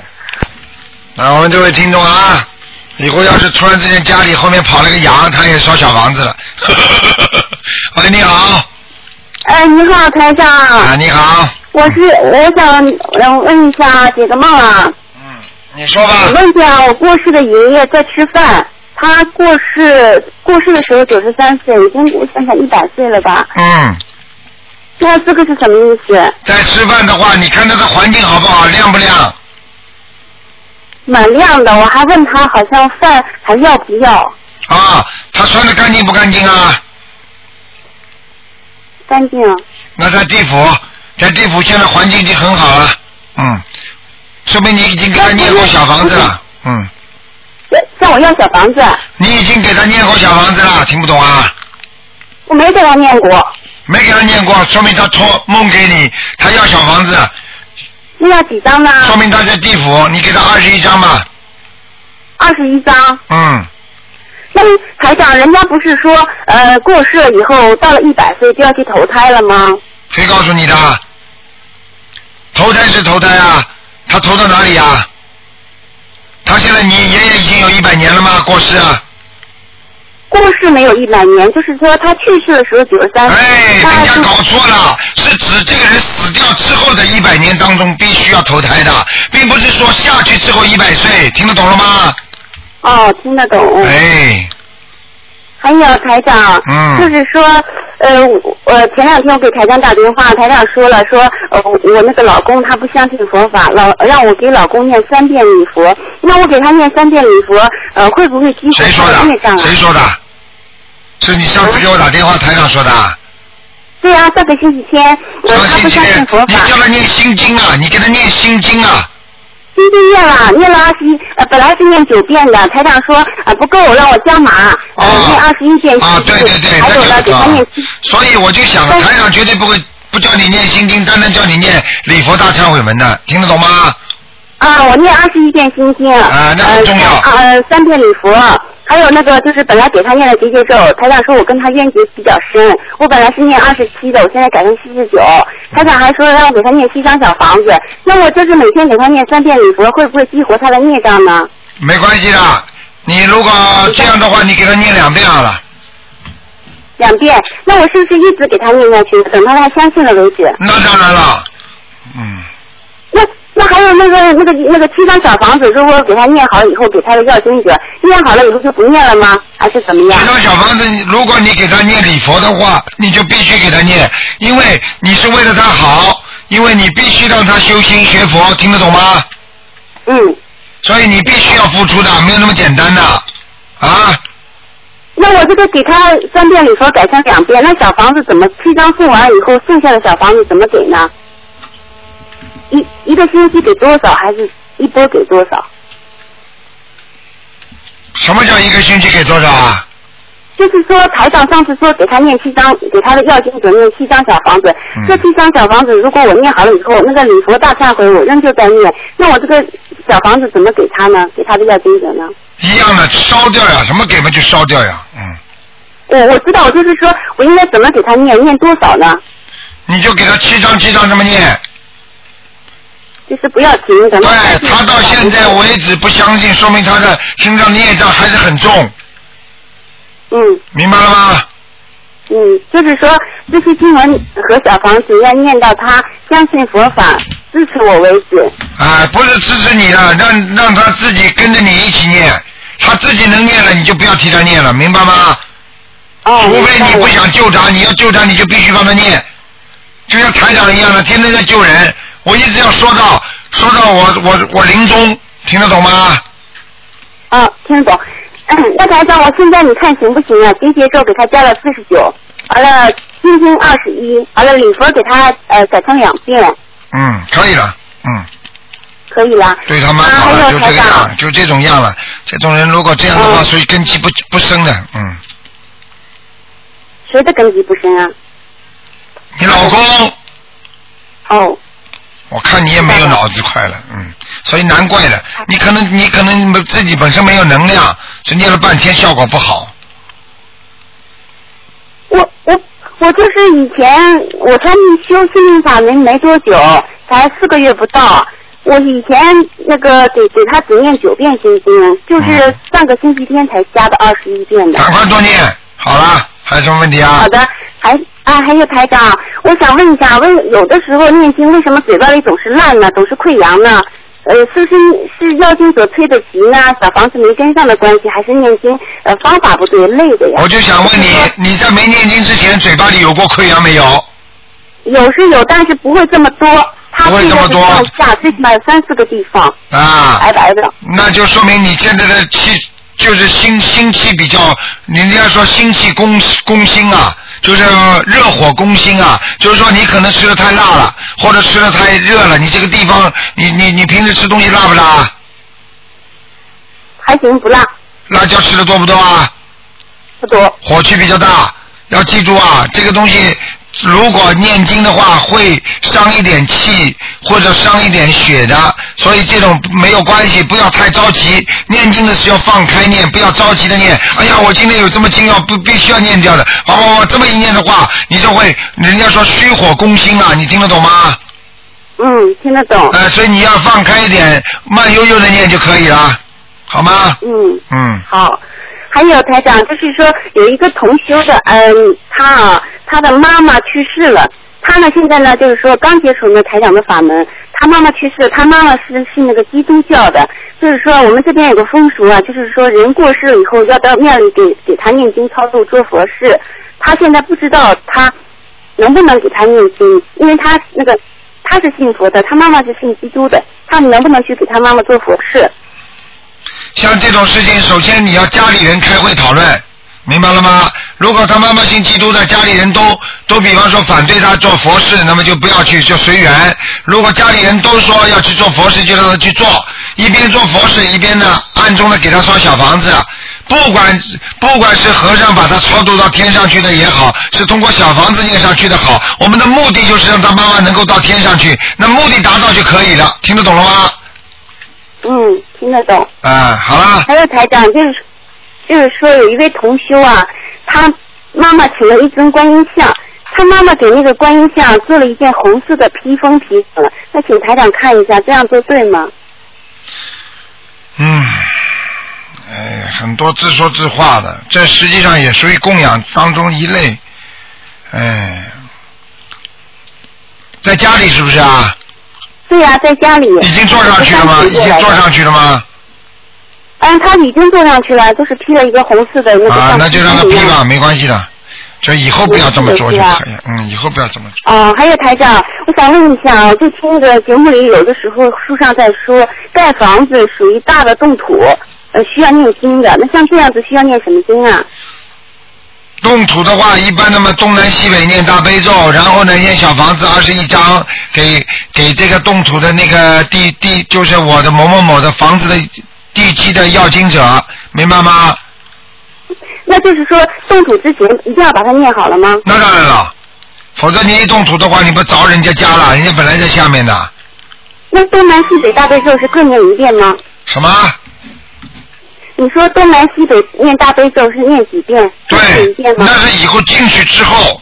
[SPEAKER 1] 那我们这位听众啊，以后要是突然之间家里后面跑了个羊，他也烧小房子了。喂，你好，
[SPEAKER 3] 哎，你好，台长。
[SPEAKER 1] 啊，你好，
[SPEAKER 3] 我是我想呃问一下解个梦啊。
[SPEAKER 1] 嗯你说吧。
[SPEAKER 3] 问一下我过世的爷爷在吃饭，他过世过世的时候九十三岁，已经我想想一百岁了吧？
[SPEAKER 1] 嗯，
[SPEAKER 3] 那这个是什么意思？
[SPEAKER 1] 在吃饭的话，你看他的环境好不好，亮不亮？
[SPEAKER 3] 蛮亮的，我还问他好像饭还要不要，
[SPEAKER 1] 啊，他穿的干净不干净啊？
[SPEAKER 3] 干净。啊
[SPEAKER 1] 那在地府，在地府现在环境已经很好了，嗯，说明你已经给他念过小房子了，嗯，
[SPEAKER 3] 向我要小房子，
[SPEAKER 1] 你已经给他念过小房子了，听不懂啊？
[SPEAKER 3] 我没给他念过，
[SPEAKER 1] 没给他念过，说明他托梦给你，他要小房子，
[SPEAKER 3] 那要几张呢？
[SPEAKER 1] 说明他在地府，你给他二十一张吧，
[SPEAKER 3] 二十一张。
[SPEAKER 1] 嗯，
[SPEAKER 3] 那么台长，人家不是说呃过世了以后到了一百岁就要去投胎了吗？
[SPEAKER 1] 谁告诉你的啊？投胎是投胎啊，他投到哪里啊？他现在你爷爷已经有一百年了吗？过世啊？
[SPEAKER 3] 过世没有一百年，就是说他去世的时候九十三岁，他
[SPEAKER 1] 哎人家搞错了，是指这个人死掉之后的一百年当中必须要投胎的，并不是说下去之后一百岁，听得懂了吗？
[SPEAKER 3] 哦听得懂。
[SPEAKER 1] 哎，
[SPEAKER 3] 还有台长，
[SPEAKER 1] 嗯
[SPEAKER 3] 就是说，呃，我我前两天我给台长打电话，台长说了说，呃，我我那个老公他不相信佛法，老让我给老公念三遍礼佛，那我给他念三遍礼佛，呃，会不会激活他的孽障啊？
[SPEAKER 1] 谁说的？是你上次给我打电话台长说的啊？
[SPEAKER 3] 对啊，上个星期天，呃，他不相信佛
[SPEAKER 1] 你
[SPEAKER 3] 法，
[SPEAKER 1] 叫他念心经啊，你给他念心经啊，
[SPEAKER 3] 今天念了念了二十一，呃，本来是念九遍的，台长说啊、呃、不够，让我加码，呃，
[SPEAKER 1] 哦
[SPEAKER 3] 念二十一遍啊，对对对，还有了给他念七，
[SPEAKER 1] 啊所以我就想了，台长绝对不会不叫你念心经，单单叫你念礼佛大忏悔文的，听得懂吗？
[SPEAKER 3] 啊，我念二十一遍心经，啊，那很重要，呃，三遍礼佛，还有那个就是本来给他念的结节咒，台长说我跟他冤结比较深，我本来是念二十七的，我现在改成四十九，台长还说让我给他念七张小房子，那我就是每天给他念三遍礼佛，会不会激活他的孽障呢？
[SPEAKER 1] 没关系的，你如果这样的话，你给他念两遍好了。
[SPEAKER 3] 两遍，那我是不是一直给他念下去，等到他相信了为止？
[SPEAKER 1] 那当然了，嗯
[SPEAKER 3] 那那还有那个那个那个七张小房子，如果给他念好以后，给他的要经者念好了以后就不念了吗？还是怎么样？
[SPEAKER 1] 这张小房子，如果你给他念礼佛的话，你就必须给他念，因为你是为了他好，因为你必须让他修心学佛，听得懂吗？
[SPEAKER 3] 嗯。
[SPEAKER 1] 所以你必须要付出的，没有那么简单的啊。
[SPEAKER 3] 那我这个给他三遍礼佛改成两遍，那小房子怎么七张送完以后，剩下的小房子怎么给呢？一一个星期给多少，还是一波给多少？
[SPEAKER 1] 什么叫一个星期给多少啊？
[SPEAKER 3] 就是说，台长上次说给他念七张，给他的要经者念七张小房子。这七张小房子，如果我念好了以后，那个礼佛大忏悔我仍旧在念，那我这个小房子怎么给他呢？给他的要经者呢？
[SPEAKER 1] 一样的，烧掉呀，什么给嘛就烧掉呀，嗯，
[SPEAKER 3] 我我知道，我就是说我应该怎么给他念，念多少呢？
[SPEAKER 1] 你就给他七张七张这么念。
[SPEAKER 3] 就是不要停，咱们
[SPEAKER 1] 对他到现在为止不相信，说明他的心脏孽障还是很重。
[SPEAKER 3] 嗯。
[SPEAKER 1] 明白了吗？
[SPEAKER 3] 嗯，就是说这些经文和小房子要念到他相信佛法、支持我为止。
[SPEAKER 1] 啊，不是支持你的，让让他自己跟着你一起念，他自己能念了，你就不要替他念了，明白吗？
[SPEAKER 3] 哦
[SPEAKER 1] 除非你不想救他，你要救他，你就必须帮他念，就像台长一样的，天天在救人。我一直要说到说到我我我临终，听得懂吗？
[SPEAKER 3] 啊，听得懂。嗯那台长，我现在你看行不行啊？结节咒给他加了四十九，完了心经二十一，完了礼佛给他呃改成两遍，
[SPEAKER 1] 嗯，可以了，嗯，
[SPEAKER 3] 可以啦。
[SPEAKER 1] 对他蛮好了，就这个样，就这种样了。这种人如果这样的话，所以根基不不深的，嗯。
[SPEAKER 3] 谁的根基不深啊？
[SPEAKER 1] 你老公。
[SPEAKER 3] 哦。
[SPEAKER 1] 我看你也没有脑子快了，嗯，所以难怪了。你可能你可能自己本身没有能量，是念了半天效果不好。
[SPEAKER 3] 我我我就是以前我才修心灵法门没多久，才四个月不到。我以前那个给给他只念九遍心经，
[SPEAKER 1] 嗯
[SPEAKER 3] 就是上个星期天才加的二十一遍的。
[SPEAKER 1] 赶快多念，好了，还有什么问题啊？
[SPEAKER 3] 好的，还啊，还有台长，我想问一下，为有的时候念经为什么嘴巴里总是烂呢，总是溃疡呢？呃，是不是是药精所催的急呢？小房子没跟上的关系，还是念经呃方法不对累的呀？
[SPEAKER 1] 我就想问你，你在没念经之前嘴巴里有过溃疡没有？
[SPEAKER 3] 有是有，但是不会这么多，它
[SPEAKER 1] 不会这么多
[SPEAKER 3] 上下最起码有三四个地方，
[SPEAKER 1] 啊，
[SPEAKER 3] 白白的。
[SPEAKER 1] 那就说明你现在的气就是心心气比较，人家说心气攻攻心啊，就是热火攻心啊，就是说你可能吃的太辣了，或者吃的太热了，你这个地方，你你你平时吃东西辣啊不辣？
[SPEAKER 3] 还行不辣，
[SPEAKER 1] 辣椒吃的多不多啊？
[SPEAKER 3] 不多。
[SPEAKER 1] 火气比较大，要记住啊，这个东西如果念经的话，会伤一点气或者伤一点血的，所以这种没有关系，不要太着急。念经的时候放开念，不要着急的念。哎呀，我今天有这么经要不必须要念掉的，哇哇哇，这么一念的话，你就会人家说虚火攻心啊，你听得懂吗？
[SPEAKER 3] 嗯，听得懂。
[SPEAKER 1] 呃，所以你要放开一点，慢悠悠的念就可以了，好吗？
[SPEAKER 3] 嗯。
[SPEAKER 1] 嗯。
[SPEAKER 3] 好，还有台长，就是说有一个同修的，嗯，他啊，他的妈妈去世了，他呢现在呢就是说刚接触呢台长的法门，他妈妈去世了，他妈妈是信那个基督教的，就是说我们这边有个风俗啊，就是说人过世了以后要到庙里给给他念经超度做佛事，他现在不知道他能不能给他念经，因为他那个他是信佛的，他妈妈是信基督的，他们能不能去给他妈妈做佛事？
[SPEAKER 1] 像这种事情，首先你要家里人开会讨论，明白了吗？如果他妈妈信基督的，家里人都都比方说反对他做佛事，那么就不要去，就随缘。如果家里人都说要去做佛事，就让他去做，一边做佛事，一边呢暗中的给他烧小房子。不管不管是和尚把他超度到天上去的也好，是通过小房子念上去的好，我们的目的就是让他妈妈能够到天上去，那目的达到就可以了，听得懂了吗？
[SPEAKER 3] 嗯，听得懂。
[SPEAKER 1] 啊，好了。
[SPEAKER 3] 还有台长，就是就是说有一位同修啊，他妈妈请了一尊观音像，他妈妈给那个观音像做了一件红色的披风披上了，那请台长看一下，这样做对吗？
[SPEAKER 1] 嗯，哎，很多自说自话的，这实际上也属于供养当中一类。哎，在家里是不是啊？
[SPEAKER 3] 对呀、在家里。
[SPEAKER 1] 已经坐上去了吗？已经坐上去了吗？
[SPEAKER 3] 嗯，他已经坐上去了，就是披了一个红色的那个
[SPEAKER 1] 啊，
[SPEAKER 3] 像
[SPEAKER 1] 那就让他
[SPEAKER 3] 披风
[SPEAKER 1] 批
[SPEAKER 3] 一样
[SPEAKER 1] 吧，没关系的。就以后不要这么做就
[SPEAKER 3] 我
[SPEAKER 1] 可
[SPEAKER 3] 记
[SPEAKER 1] 以，嗯，以后不要这么做。
[SPEAKER 3] 哦，还有台长，我想问一下啊，就听那个节目里有的时候书上在说，盖房子属于大的动土，呃，需要念经的。那像这样子需要念什么经啊？
[SPEAKER 1] 动土的话，一般那么东南西北念大悲咒，然后呢念小房子二十一章，给给这个动土的那个地地，就是我的某某某的房子的地基的要经者，明白吗？
[SPEAKER 3] 那就是说动土之前一定要把它念好了吗？
[SPEAKER 1] 那当然了，否则你一动土的话，你不着人家家了，人家本来在下面的。
[SPEAKER 3] 那东南西北大悲咒是各念一遍吗？
[SPEAKER 1] 什么？
[SPEAKER 3] 你说东南西北念大悲咒是念几遍？念一遍吗？
[SPEAKER 1] 那是以后进去之后，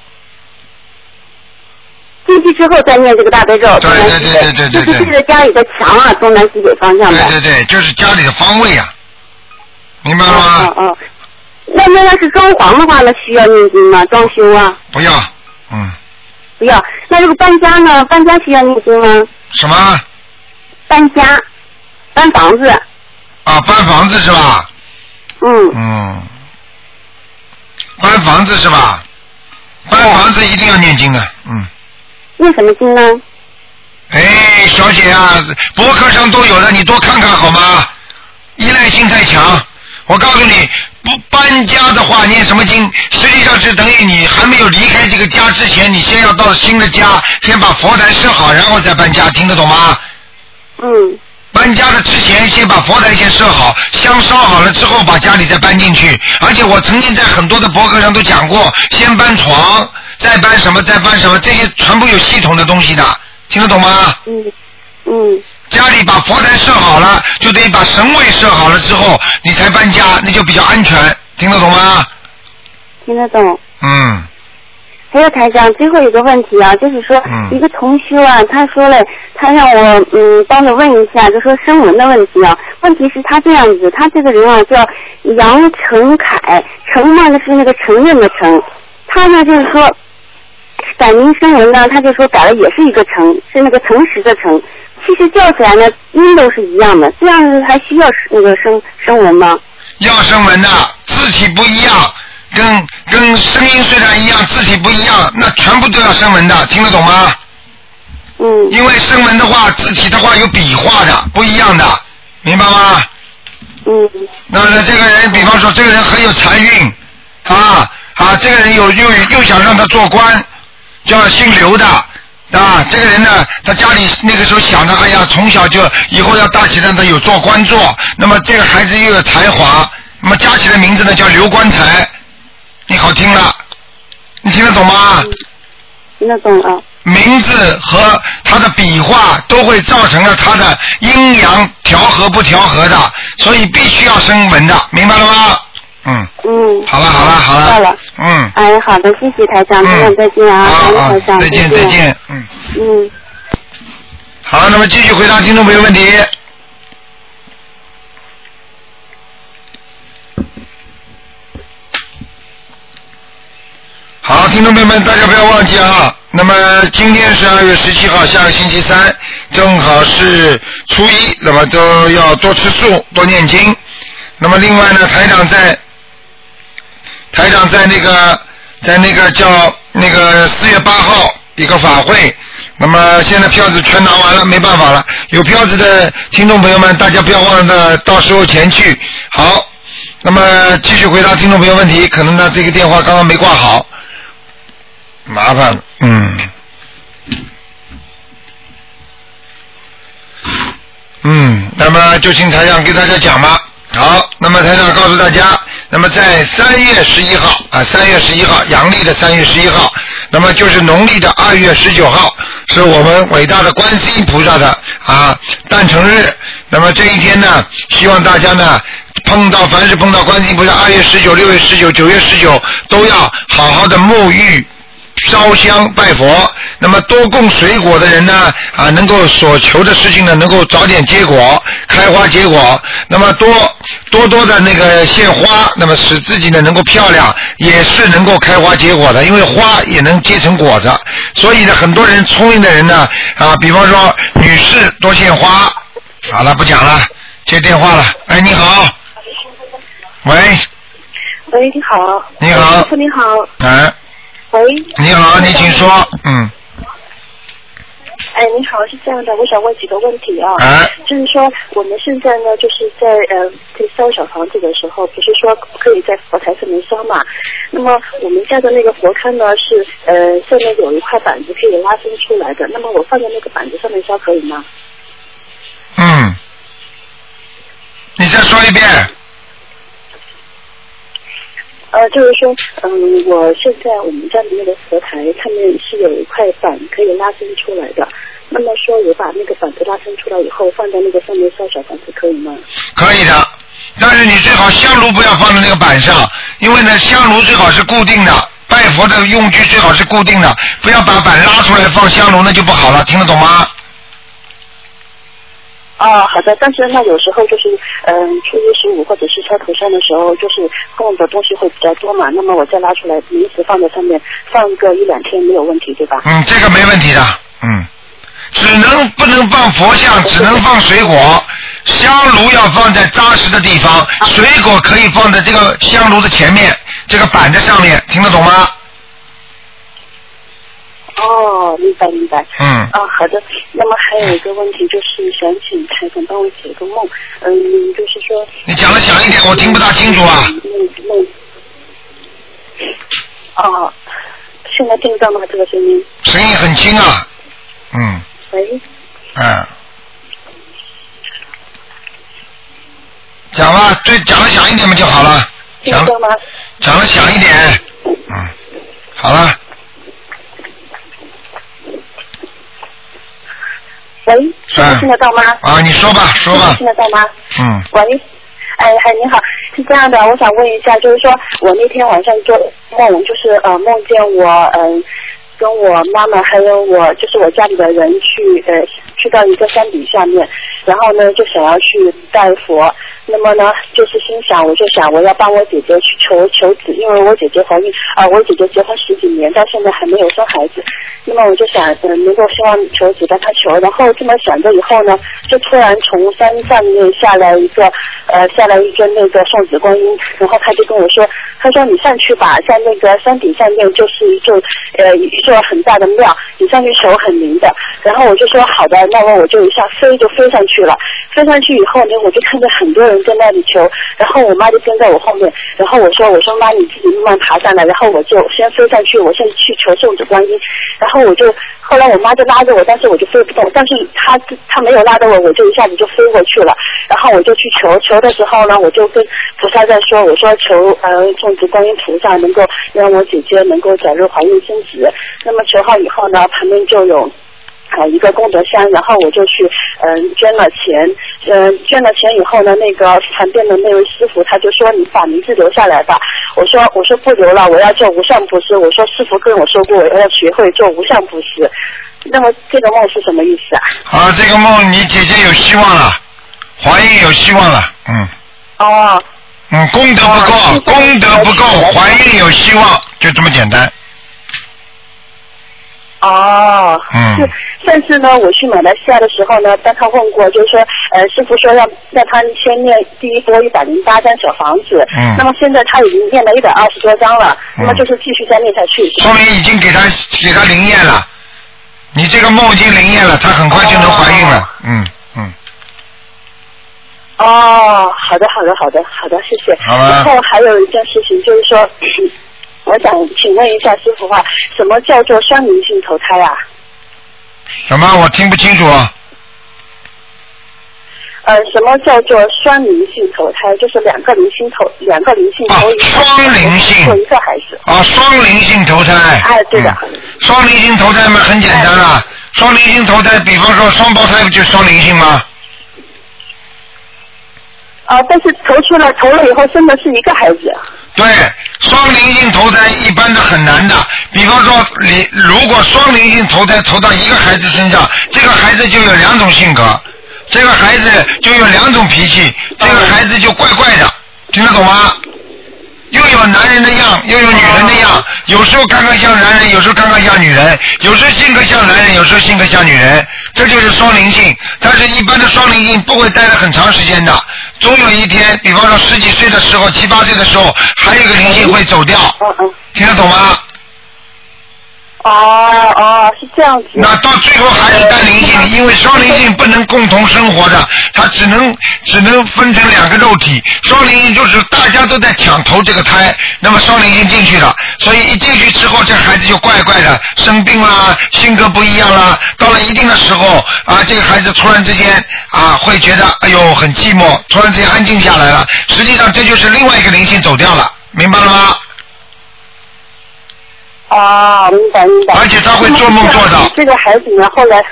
[SPEAKER 3] 进去之后再念这个大悲咒。
[SPEAKER 1] 对对对对对对
[SPEAKER 3] 就是对着家里的墙啊，东南西北方向的。
[SPEAKER 1] 对对对，就是家里的方位啊呀、明白了吗？
[SPEAKER 3] 哦哦。那那要是装潢的话，那需要念经吗？装修啊，
[SPEAKER 1] 不要，嗯，
[SPEAKER 3] 不要。那如果搬家呢？搬家需要念经吗？
[SPEAKER 1] 什么
[SPEAKER 3] 搬家，搬房子，
[SPEAKER 1] 啊？搬房子是吧？
[SPEAKER 3] 嗯，
[SPEAKER 1] 嗯，搬房子是吧？搬房子一定要念经的，嗯。
[SPEAKER 3] 念什么经呢？
[SPEAKER 1] 哎，小姐啊，博客上都有的，你多看看好吗？依赖性太强，我告诉你，不搬家的话念什么经，实际上是等于你还没有离开这个家之前，你先要到新的家，先把佛台设好，然后再搬家，听得懂吗？
[SPEAKER 3] 嗯。
[SPEAKER 1] 搬家的之前，先把佛台先设好，香烧好了之后，把家里再搬进去。而且我曾经在很多的博客上都讲过，先搬床，再搬什么，再搬什么，这些全部有系统的东西的，听得懂吗？
[SPEAKER 3] 嗯嗯。
[SPEAKER 1] 家里把佛台设好了，就得把神位设好了之后，你才搬家，那就比较安全，听得懂吗？
[SPEAKER 3] 听得懂。
[SPEAKER 1] 嗯，
[SPEAKER 3] 还有台长，最后一个问题啊，就是说、一个同修啊，他说了，他让我嗯帮着问一下，就说声纹的问题啊。问题是他这样子，他这个人啊叫杨成凯，成呢是那个承认的承，他呢就是说载明生人呢，他就说改了也是一个诚，是那个诚实的诚。其实叫起来呢，音都是一样的，这样还需要那个声声纹吗？
[SPEAKER 1] 要声纹的，字体不一样，跟跟声音虽然一样，字体不一样，那全部都要声纹的，听得懂吗？
[SPEAKER 3] 嗯。
[SPEAKER 1] 因为声纹的话，字体的话有笔画的，不一样的，明白吗？
[SPEAKER 3] 嗯。
[SPEAKER 1] 那那这个人，比方说这个人很有财运，啊啊，这个人有又又想让他做官，叫姓刘的。啊，这个人呢，他家里那个时候想着，哎呀，从小就以后要大起让他有做官做，那么这个孩子又有才华，那么加起来名字呢叫刘棺材，你好听了，你听得懂吗？
[SPEAKER 3] 嗯听得懂啊。
[SPEAKER 1] 名字和他的笔画都会造成了他的阴阳调和不调和的，所以必须要生文的，明白了吗？嗯。
[SPEAKER 3] 嗯。
[SPEAKER 1] 好了好了好
[SPEAKER 3] 知道
[SPEAKER 1] 了。
[SPEAKER 3] 了。
[SPEAKER 1] 嗯。
[SPEAKER 3] 哎，好的，谢谢台长，台长再见啊，
[SPEAKER 1] 好
[SPEAKER 3] 感
[SPEAKER 1] 好
[SPEAKER 3] 恩台，长，
[SPEAKER 1] 再见再见，嗯。
[SPEAKER 3] 嗯。
[SPEAKER 1] 好，那么继续回答听众朋友问题。好，听众朋友们，大家不要忘记啊。那么今天是二月十七号，下个星期三，正好是初一，那么都要多吃素，多念经。那么另外呢，台长在台长在那个在那个叫那个四月八号一个法会，那么现在票子全拿完了，没办法了。有票子的听众朋友们，大家不要忘了到时候前去。好，那么继续回答听众朋友问题，可能呢这个电话刚刚没挂好，麻烦了，嗯。嗯，那么就请台长给大家讲吧。好，那么台长告诉大家，那么在三月十一号啊，三月十一号，阳历的三月十一号，那么就是农历的二月十九号，是我们伟大的观世音菩萨的啊诞辰日。那么这一天呢，希望大家呢碰到凡是碰到观世音菩萨，二月十九、六月十九、九月十九都要好好的沐浴烧香拜佛，那么多供水果的人呢，啊，能够所求的事情呢，能够早点结果，开花结果。那么多多多的那个献花，那么使自己呢能够漂亮，也是能够开花结果的，因为花也能结成果子。所以呢，很多人聪明的人呢，啊，比方说女士多献花。好了，不讲了，接电话了。哎，你好，喂，
[SPEAKER 4] 喂，你好。
[SPEAKER 1] 你好
[SPEAKER 4] 师傅你好。
[SPEAKER 1] 哎，
[SPEAKER 4] 喂。
[SPEAKER 1] 你好，你请说，嗯。
[SPEAKER 4] 哎，你好，是这样的，我想问几个问题啊。
[SPEAKER 1] 哎
[SPEAKER 4] 就是说，我们现在呢，就是在呃，在烧小房子的时候，不是说可以在佛台上面烧嘛？那么我们家的那个佛龛呢，是呃下面有一块板子可以拉伸出来的。那么我放在那个板子上面烧可以吗？
[SPEAKER 1] 嗯，你再说一遍。
[SPEAKER 4] 呃，就是说，嗯，我现在我们家的那个佛台上面是有一块板可以拉伸出来的。那么说，我把那个板子拉伸出来以后，放在那个上面烧小房子可以吗？
[SPEAKER 1] 可以的，但是你最好香炉不要放在那个板上，因为呢，香炉最好是固定的，拜佛的用具最好是固定的，不要把板拉出来放香炉，那就不好了，听得懂吗？
[SPEAKER 4] 哦，好的。但是那有时候就是，嗯，初一十五或者是烧头香的时候，就是供的东西会比较多嘛。那么我再拉出来，临时放在上面放个一两天没有问题，对吧？
[SPEAKER 1] 嗯，这个没问题的，嗯，只能不能放佛像，只能放水果，香炉要放在扎实的地方，水果可以放在这个香炉的前面，这个板子上面，听得懂吗？
[SPEAKER 4] 哦，明白明白。
[SPEAKER 1] 嗯
[SPEAKER 4] 哦，好的。那么还有一个问题就是想请台长帮我解个梦，嗯，就是说。
[SPEAKER 1] 你讲的响一点，我听不大清楚啊。
[SPEAKER 4] 梦梦。哦，现在听得到吗？这个声音？
[SPEAKER 1] 声音很轻啊，嗯
[SPEAKER 4] 喂，
[SPEAKER 1] 嗯。讲吧，对，讲的响一点嘛就好了，
[SPEAKER 4] 听得到吗？
[SPEAKER 1] 讲的响一点，嗯，好了，
[SPEAKER 4] 喂，师傅听得到吗？
[SPEAKER 1] 啊，你说吧，说吧
[SPEAKER 4] 师傅，听得到吗？
[SPEAKER 1] 嗯，
[SPEAKER 4] 喂，哎嗨，你好，是这样的，我想问一下，就是说我那天晚上做梦，就是呃梦见我嗯、跟我妈妈还有我就是我家里的人去呃去到一个山顶下面，然后呢就想要去拜佛，那么呢就是心想，我就想我要帮我姐姐去求求子，因为我姐姐怀孕啊、我姐姐结婚十几年到现在还没有生孩子，那么我就想，嗯，能够希望求子帮她求，然后这么想着以后呢，就突然从山上面下来一个呃下来一个那个送子观音，然后他就跟我说，他说你上去吧，在那个山顶上面就是一座呃一座很大的庙，你上去手很灵的。然后我就说好的，那么我就一下飞就飞上去了。飞上去以后呢，我就看见很多人在那里求，然后我妈就跟在我后面，然后我说我说妈你自己慢慢爬上来，然后我就先飞上去，我先去求送子观音，然后我就后来我妈就拉着我，但是我就飞不动，但是她她没有拉着我，我就一下子就飞过去了。然后我就去求，求的时候呢，我就跟菩萨在说，我说求呃送子观音菩萨能够让我姐姐能够早日怀孕生子。那么求好以后呢，旁边就有。啊，一个功德箱，然后我就去嗯、捐了钱，嗯、捐了钱以后呢，那个旁边的那位师傅他就说你把名字留下来吧，我说我说不留了，我要做无上布施，我说师傅跟我说过，我要学会做无上布施，那么这个梦是什么意思啊？
[SPEAKER 1] 啊，这个梦你姐姐有希望了，怀孕有希望了，嗯。
[SPEAKER 4] 哦。
[SPEAKER 1] 嗯，功德不
[SPEAKER 4] 啊
[SPEAKER 1] 够，功德不够，怀孕有希望，就这么简单。
[SPEAKER 4] 哦，
[SPEAKER 1] 嗯
[SPEAKER 4] 是上次呢，我去马来西亚的时候呢，帮他问过，就是说，呃，师傅说让让他先念第一波一百零八张小房子，
[SPEAKER 1] 嗯
[SPEAKER 4] 那么现在他已经念了一百二十多张了，那么就是继续再念下去。
[SPEAKER 1] 说明已经给他给他灵验了，你这个梦已经灵验了，她很快就能怀孕了，嗯嗯，
[SPEAKER 4] 哦，好的，好的，好的，好的，谢谢。
[SPEAKER 1] 好吧
[SPEAKER 4] 然后还有一件事情就是说， [clears throat] 我想请问一下师傅啊，什么叫做双灵性投胎啊？
[SPEAKER 1] 什么？我听不清楚。啊
[SPEAKER 4] 呃，什么叫做双灵性投胎？就是两个灵性投，两个灵性投一个
[SPEAKER 1] 哦双灵性
[SPEAKER 4] 投一个孩子。
[SPEAKER 1] 啊，双灵性投胎。嗯
[SPEAKER 4] 哎，对的。哎
[SPEAKER 1] 双灵性投胎嘛，很简单啦。双灵性投胎，比方说双胞胎不就双灵性吗？
[SPEAKER 4] 啊，但是投出来投了以后生的是一个孩子。啊
[SPEAKER 1] 对，双灵性投胎一般的很难的。比方说，你如果双灵性投胎投到一个孩子身上，这个孩子就有两种性格，这个孩子就有两种脾气，这
[SPEAKER 4] 哎
[SPEAKER 1] 个孩子就怪怪的，听得懂吗？又有男人的样，又有女人的样，有时候看看像男人，有时候看看像女人，有时候性格像男人，有时候性格像女人，这就是双灵性。但是，一般的双灵性不会待得很长时间的，总有一天，比方说十几岁的时候、七八岁的时候，还有一个灵性会走掉。听得懂吗？
[SPEAKER 4] 哦哦，是这样子。
[SPEAKER 1] 那到最后还是带灵性，因为双灵性不能共同生活的，它只能只能分成两个肉体。双灵性就是大家都在抢投这个胎，那么双灵性进去了，所以一进去之后，这孩子就怪怪的，生病啦，性格不一样啦。到了一定的时候啊，这个孩子突然之间啊，会觉得哎呦很寂寞，突然之间安静下来了。实际上这就是另外一个灵性走掉了，明白了吗？
[SPEAKER 4] 啊，明白明白。
[SPEAKER 1] 而且他会做梦做到。
[SPEAKER 4] 这个孩子呢，后来。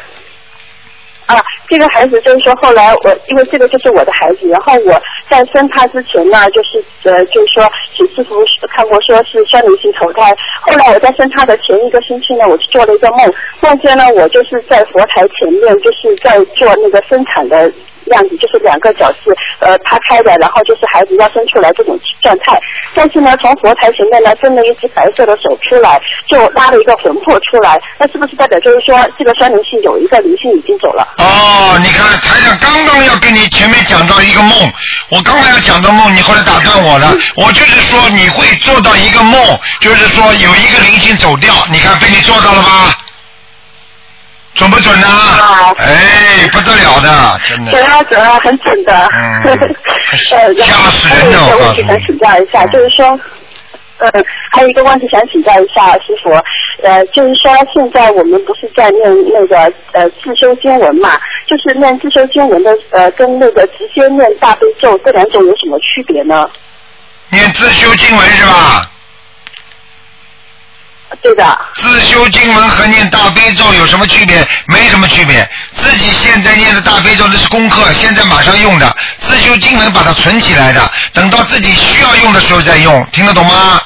[SPEAKER 4] 啊，这个孩子就是说，后来我因为这个就是我的孩子，然后我在生他之前呢，就是呃，就是说请师傅看过说是双灵性投胎。后来我在生他的前一个星期呢，我去做了一个梦，梦见呢我就是在佛台前面，就是在做那个生产的样子，就是两个脚是呃趴开的，然后就是孩子要生出来这种状态。但是呢，从佛台前面呢伸了一只白色的手出来，就拉了一个魂魄出来，那是不是代表就是说这个双灵性有一个灵性已经走了？
[SPEAKER 1] 哦，你看台长刚刚要跟你前面讲到一个梦，我刚刚要讲到梦，你后来打断我了。我就是说你会做到一个梦，就是说有一个灵性走掉，你看被你做到了吧？准不准呢、哎，不得了的，真的
[SPEAKER 4] 准。啊准啊，很准的。 [laughs]
[SPEAKER 1] 嗯
[SPEAKER 4] 呃，然后还有一个问题想请教一下，就是说。呃，还有一个问题想请教一下师傅，呃，就是说现在我们不是在念那个呃自修经文嘛，就是念自修经文的呃跟那个直接念大悲咒这两种有什么区别呢？
[SPEAKER 1] 念自修经文是吧？
[SPEAKER 4] 对的。
[SPEAKER 1] 自修经文和念大悲咒有什么区别？没什么区别。自己现在念的大悲咒那是功课，现在马上用的。自修经文把它存起来的，等到自己需要用的时候再用，听得懂吗？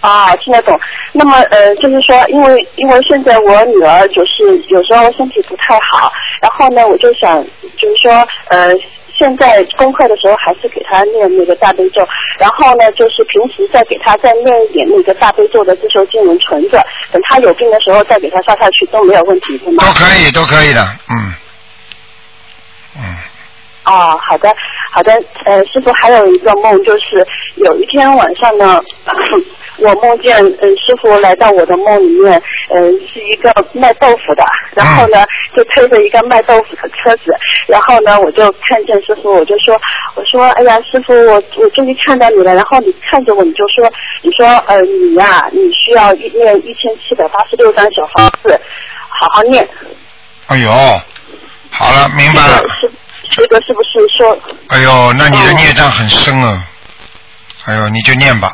[SPEAKER 4] 啊，听得懂。那么呃，就是说，因为因为现在我女儿就是有时候身体不太好，然后呢，我就想就是说呃。现在功课的时候还是给她念那个大悲咒，然后呢，就是平时再给她再念一点那个大悲咒的自修经文存着，等她有病的时候再给她烧下去都没有问题，对吗？
[SPEAKER 1] 都可哎以，都可以的，嗯，嗯。
[SPEAKER 4] 哦，好的，好的，呃，师傅还有一个梦，就是有一天晚上呢， [laughs] 我梦见嗯、师傅来到我的梦里面，嗯、是一个卖豆腐的，然后
[SPEAKER 1] 哎
[SPEAKER 4] 呢就推着一个卖豆腐的车子，然后呢我就看见师傅，我就说我说哎呀师傅我我终于看到你了，然后你看着我你就说你说呃你呀、你需要一念一千七百八十六张小方子，好好念，
[SPEAKER 1] 哎呦，好了，明白了。
[SPEAKER 4] 这个是不是说
[SPEAKER 1] 哎呦，那
[SPEAKER 4] 哦
[SPEAKER 1] 你的孽障很深啊！哎呦，你就念吧。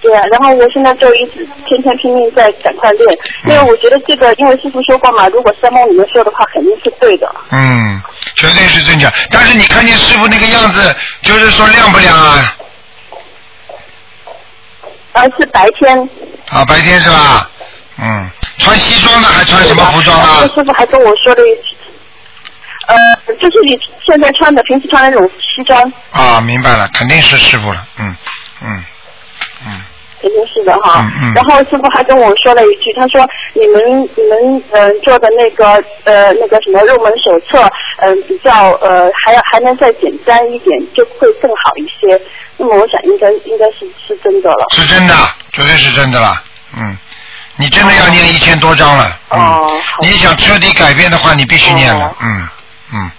[SPEAKER 4] 对啊，然后我现在就一直天天拼命在赶快练，
[SPEAKER 1] 嗯
[SPEAKER 4] 因为我觉得这个，因为师傅说过嘛，如果在梦里面说的话，肯定是对的。
[SPEAKER 1] 嗯，绝对是正确。但是你看见师傅那个样子，就是说亮不亮啊？
[SPEAKER 4] 而是白天，
[SPEAKER 1] 啊，白天是吧？嗯，穿西装的还穿什么服装
[SPEAKER 4] 然
[SPEAKER 1] 啊
[SPEAKER 4] 后？师傅还跟我说了一句，呃，就是你现在穿的，平时穿的那种西装，
[SPEAKER 1] 啊，明白了，肯定是师傅了。嗯嗯嗯，
[SPEAKER 4] 肯定是的哈。
[SPEAKER 1] 嗯嗯
[SPEAKER 4] 然后师傅还跟我说了一句，他说你们你们嗯、呃做的那个呃那个什么入门手册，嗯、比较呃还要还能再简单一点，就会更好一些。那么我想应该应该是是真的了。
[SPEAKER 1] 是真的，绝对是真的啦。嗯，你真的要念一千多章了。嗯，你想彻底改变的话，你必须念
[SPEAKER 4] 哦
[SPEAKER 1] 了。嗯嗯，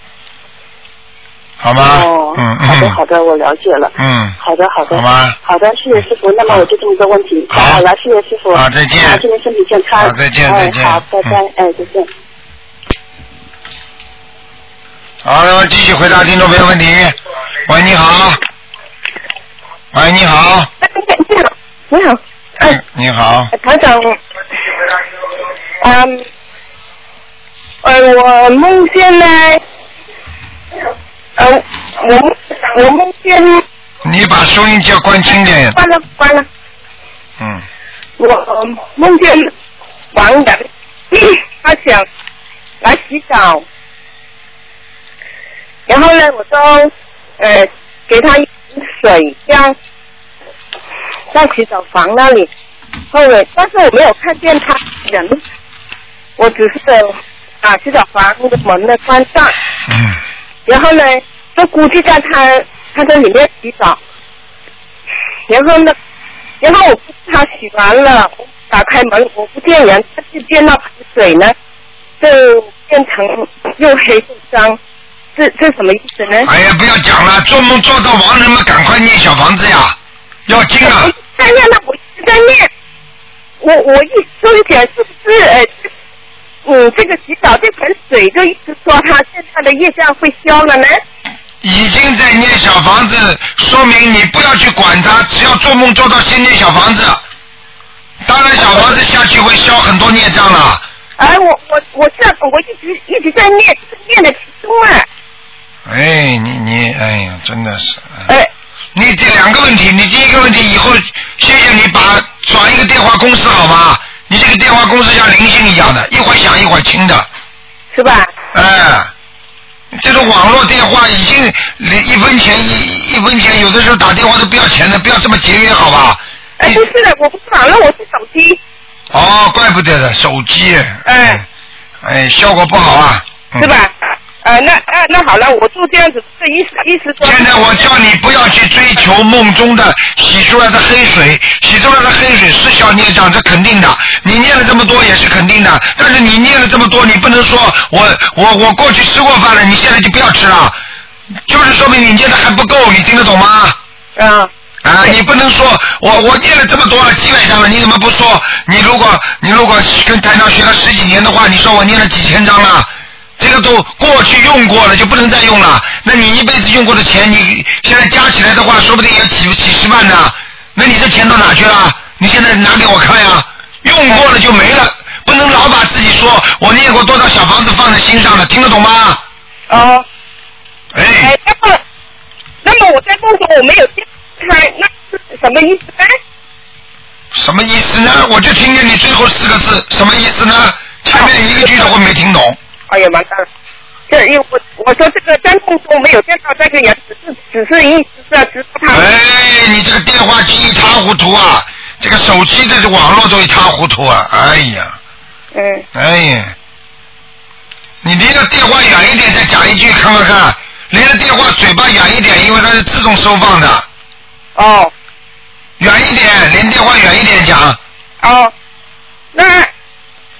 [SPEAKER 1] 好吗？
[SPEAKER 4] 哦，
[SPEAKER 1] 嗯
[SPEAKER 4] 好的
[SPEAKER 1] 嗯
[SPEAKER 4] 好的，我了解了。
[SPEAKER 1] 嗯，
[SPEAKER 4] 好的好的，
[SPEAKER 1] 好吗
[SPEAKER 4] 好的，谢谢师傅。那么我就这么多问题。好了，谢谢师傅。
[SPEAKER 1] 嗯好再见
[SPEAKER 4] 啊祝您身体健康。
[SPEAKER 1] 好再见
[SPEAKER 4] 哎
[SPEAKER 1] 再见嗯
[SPEAKER 4] 好，拜拜，哎，再见。
[SPEAKER 1] 好，那么继续回答听众朋友问题。喂，你好。喂，你好，
[SPEAKER 10] 哎
[SPEAKER 1] 哎
[SPEAKER 10] 你好，哎
[SPEAKER 1] 你好，
[SPEAKER 10] 台长。嗯，
[SPEAKER 4] ờ,
[SPEAKER 10] 呃，我梦见呢，呃，
[SPEAKER 4] Ờ,
[SPEAKER 10] 我我梦见
[SPEAKER 1] 你把收音机要关轻点。
[SPEAKER 10] 关了关了，
[SPEAKER 1] 嗯，
[SPEAKER 4] Ờ,
[SPEAKER 10] 我梦见王
[SPEAKER 4] [coughs]
[SPEAKER 10] 的，他想来洗澡，然后呢，我就
[SPEAKER 4] ờ,
[SPEAKER 10] 呃给他一瓶水，这样在洗澡房那里。后来，但是我没有看见他人，我只是把洗澡房的门呢关上。
[SPEAKER 1] 嗯
[SPEAKER 10] 然后呢，就估计在他他在里面洗澡。然后呢，然后我估计他洗完了，我打开门，我不见人，但是见到水呢，就变成又黑又脏。这这什么意思呢？
[SPEAKER 1] 哎呀，不要讲了，做梦做到亡人们，赶快念小房子呀，要经啊。
[SPEAKER 10] 在念呢，哎我一直在念。我我一就是想是不是呃，嗯，这个洗澡这盆水就一直说他现在的业障会消了呢？
[SPEAKER 1] 已经在念小房子，说明你不要去管它，只要做梦做到先念小房子。当然，小房子下去会消很多孽障了。
[SPEAKER 10] 哎，我我我这我一直一直在念，念的其中啊，
[SPEAKER 1] 哎，你你哎呀，真的是。
[SPEAKER 10] 哎。
[SPEAKER 1] 你这两个问题，你第一个问题以后，谢谢你把转一个电话公司好吗？你这个电话公司像灵性一样的，一会儿响一会儿轻的。
[SPEAKER 10] 是吧？
[SPEAKER 1] 哎，这种网络电话已经连一分钱一一分钱，有的时候打电话都不要钱的，不要这么节约好吧？
[SPEAKER 10] 哎，不是的，我不是网络，我是手机。
[SPEAKER 1] 哦，怪不得的，手机。哎。哎，效果不好啊。
[SPEAKER 10] 是吧？呃，那那那好了，我就这样子，这意思意思说。
[SPEAKER 1] 现在我叫你不要去追求梦中的洗出来的黑水，洗出来的黑水是消孽障，这肯定的。你念了这么多也是肯定的，但是你念了这么多，你不能说我我我过去吃过饭了，你现在就不要吃了， [laughs] 就是说明你念的还不够，你听得懂吗？
[SPEAKER 10] 啊。
[SPEAKER 1] 啊，你不能说我我念了这么多了，基本上了，你怎么不说？你如果你如果跟台长学了十几年的话，你说我念了几千张了，这个都过去用过了，就不能再用了。那你一辈子用过的钱，你现在加起来的话，说不定也几几十万呢。那你这钱到哪去了？你现在拿给我看呀、用过了就没了，不能老把自己说我念过多少小房子放在心上了，听得懂吗？
[SPEAKER 10] 哦。
[SPEAKER 1] 哎，
[SPEAKER 10] 那么那么我在梦中我没有见他，那是什么意思呢？
[SPEAKER 1] 什么意思呢？我就听见你最后四个字，什么意思呢？前面一个句子我没听懂。
[SPEAKER 4] 哎呀，完蛋了！这因为我我说这个张空中没有见到这个人，只是只是一直在知道他。
[SPEAKER 1] 哎，你这个电话机一塌糊涂啊！这个手机的网络都一塌糊涂啊！哎呀，
[SPEAKER 4] 嗯，
[SPEAKER 1] 哎呀，你离着电话远一点，再讲一句看看看。离着电话嘴巴远一点，因为它是自动收放的。
[SPEAKER 4] 哦。
[SPEAKER 1] 远一点，离电话远一点讲。
[SPEAKER 4] 哦，那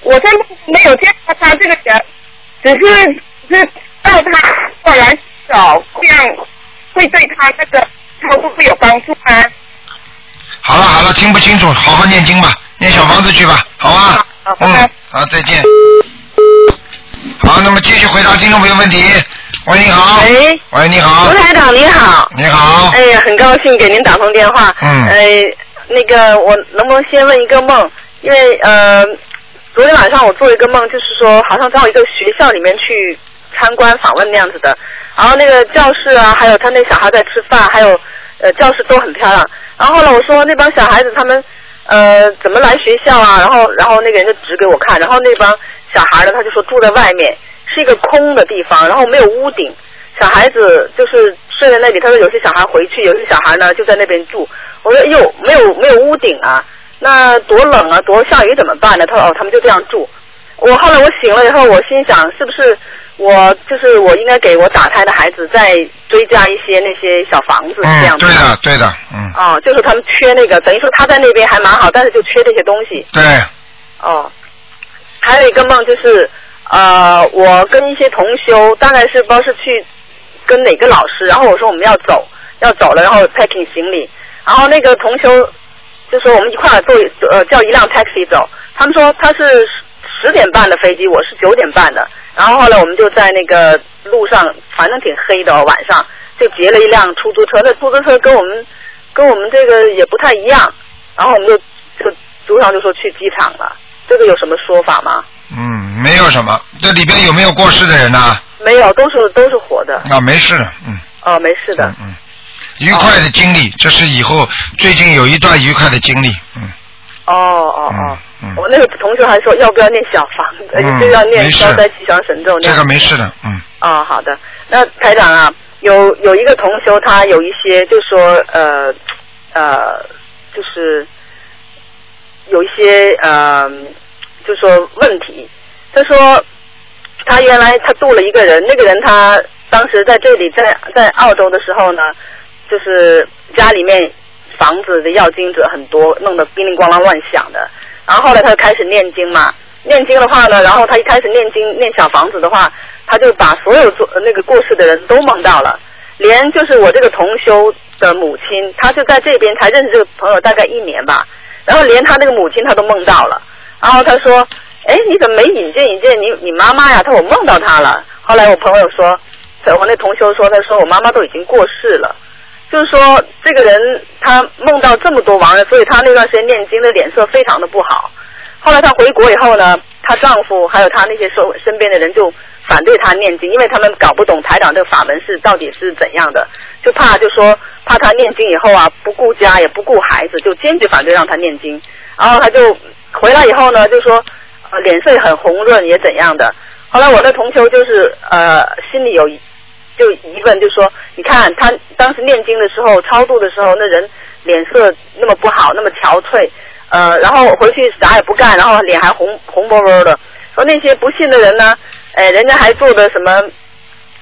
[SPEAKER 4] 我在路上没有见到他这个人，只是只是到他过来找，这样会对他那个他会不会有帮助
[SPEAKER 10] 啊
[SPEAKER 4] 吗？
[SPEAKER 1] 好了好了，听不清楚，好好念经吧，念小房子去吧，好吧？嗯，好，再见。好，那么继续回答听众朋友问题。喂，你好。
[SPEAKER 10] 喂，
[SPEAKER 1] 喂，你好。
[SPEAKER 10] 卢台长你好。
[SPEAKER 1] 你好。
[SPEAKER 10] 哎呀，很高兴给您打通电话。
[SPEAKER 1] 嗯
[SPEAKER 10] 哎，那个我能不能先问一个梦？因为呃，昨天晚上我做一个梦，就是说好像到一个学校里面去参观访问那样子的，然后那个教室啊，还有他那小孩在吃饭，还有呃教室都很漂亮。然后后来我说那帮小孩子他们呃怎么来学校啊？然后然后那个人就指给我看，然后那帮小孩呢他就说住在外面，是一个空的地方，然后没有屋顶，小孩子就是睡在那里。他说有些小孩回去，有些小孩呢就在那边住。我说哎呦没有没有屋顶啊，那多冷啊，多下雨怎么办呢？他说哦他们就这样住。我后来我醒了以后，我心想是不是我就是我应该给我打胎的孩子再追加一些那些小房子这样
[SPEAKER 1] 嗯，
[SPEAKER 10] 子。
[SPEAKER 1] 对的，对的，嗯，
[SPEAKER 10] 哦，就是他们缺那个，等于说他在那边还蛮好，但是就缺这些东西。
[SPEAKER 1] 对，
[SPEAKER 10] 哦，还有一个梦就是，呃，我跟一些同修，大概是不知道是去跟哪个老师，然后我说我们要走，要走了，然后 packing 行李，然后那个同修就说我们一块儿坐一呃叫一辆 taxi 走，他们说他是十点半的飞机，我是九点半的，然后后来我们就在那个路上，反正挺黑的、哦、晚上，就截了一辆出租车，那出租车跟我们跟我们这个也不太一样，然后我们就就组长就说去机场了，这个有什么说法吗？
[SPEAKER 1] 嗯，没有什么。这里边有没有过世的人呢、
[SPEAKER 10] 没有，都是都是活的，
[SPEAKER 1] 啊，没事的，嗯，
[SPEAKER 10] 哦，没事的，
[SPEAKER 1] 嗯，愉快的经历，这是以后最近有一段愉快的经历，嗯，
[SPEAKER 10] 哦哦哦，
[SPEAKER 1] 嗯
[SPEAKER 10] 我那个同学还说要不要念小房子，
[SPEAKER 1] 嗯
[SPEAKER 10] 就要念
[SPEAKER 1] 没事
[SPEAKER 10] 消灾吉祥神咒那
[SPEAKER 1] 这
[SPEAKER 10] 样
[SPEAKER 1] 个没事的，嗯，
[SPEAKER 10] 哦，好的。那台长啊，有有一个同修，他有一些就说呃呃，就是有一些呃，就说问题。他说他原来他度了一个人，那个人他当时在这里在在澳洲的时候呢，就是家里面房子的要经者很多，弄得叮铃咣啷乱响的。然后后来他就开始念经嘛，念经的话呢，然后他一开始念经念小房子的话，他就把所有做呃那个过世的人都梦到了，连就是我这个同修的母亲，她就在这边才认识这个朋友大概一年吧，然后连他那个母亲他都梦到了，然后他说，哎，你怎么没引荐引荐你你妈妈呀？他说我梦到她了。后来我朋友说，我那同修说，他说我妈妈都已经过世了。就是说，这个人他梦到这么多亡人，所以他那段时间念经的脸色非常的不好。后来她回国以后呢，她丈夫还有她那些身身边的人就反对她念经，因为他们搞不懂台长这个法门是到底是怎样的，就怕就说怕她念经以后啊，不顾家也不顾孩子，就坚决反对让她念经。然后她就回来以后呢，就说、呃、脸色很红润也怎样的。后来我那同修就是呃心里有疑就疑问，就说你看她当时念经的时候超度的时候，那人脸色那么不好，那么憔悴，呃，然后我回去啥也不干，然后脸还红红波波的。说那些不信的人呢，哎，人家还做的什么，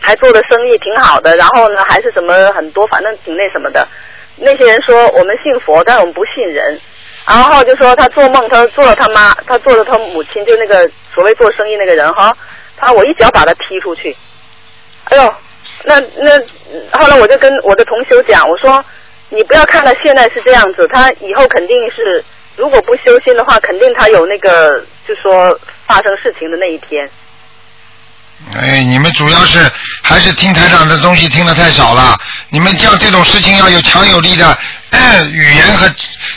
[SPEAKER 10] 还做的生意挺好的，然后呢，还是什么很多，反正挺那什么的。那些人说我们信佛，但我们不信人。然后就说他做梦，他做了他妈，他做了他母亲，就那个所谓做生意那个人哈，他我一脚把他踢出去。哎呦，那那后来我就跟我的同修讲，我说你不要看他现在是这样子，他以后肯定是如果不修心的话，肯定他有那个就说发生事情的那一天。
[SPEAKER 1] 哎，你们主要是还是听台长的东西听的太少了，你们像这种事情要有强有力的、嗯语言和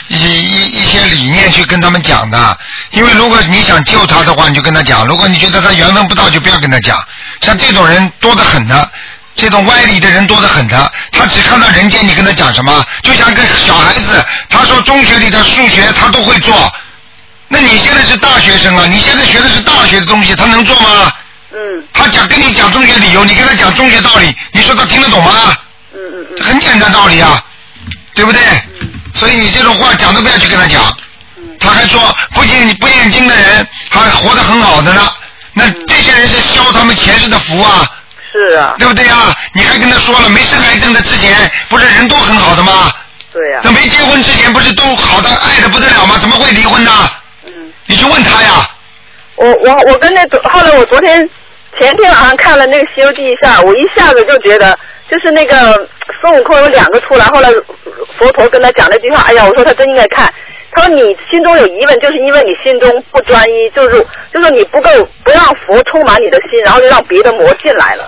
[SPEAKER 1] 一一一些理念去跟他们讲的，因为如果你想救他的话，你就跟他讲；如果你觉得他缘分不到，就不要跟他讲。像这种人多得很的，这种歪理的人多得很的，他只看到人间，你跟他讲什么？就像个小孩子，他说中学里的数学他都会做，那你现在是大学生啊，你现在学的是大学的东西，他能做吗？嗯。他讲跟你讲中学理由，你跟他讲中学道理，你说他听得懂吗？嗯嗯嗯。很简单道理啊，对不对？所以你这种话讲都不要去跟他讲。他还说不念不念经的人还活得很好的呢，那这些人是消他们前世的福啊。
[SPEAKER 11] 是啊，
[SPEAKER 1] 对不对啊？你还跟他说了，没生癌症的之前不是人都很好的吗？
[SPEAKER 11] 对呀、
[SPEAKER 1] 那没结婚之前不是都好的爱的不得了吗？怎么会离婚呢？嗯，你去问他呀。
[SPEAKER 10] 我我我跟那后来我昨天前天晚上看了那个《西游记》一下，我一下子就觉得就是那个孙悟空有两个出来，后来佛陀跟他讲了一句话，哎呀，我说他真应该看。他说你心中有疑问，就是因为你心中不专一，就是就是你不够不让佛充满你的心，然后就让别的魔进来了。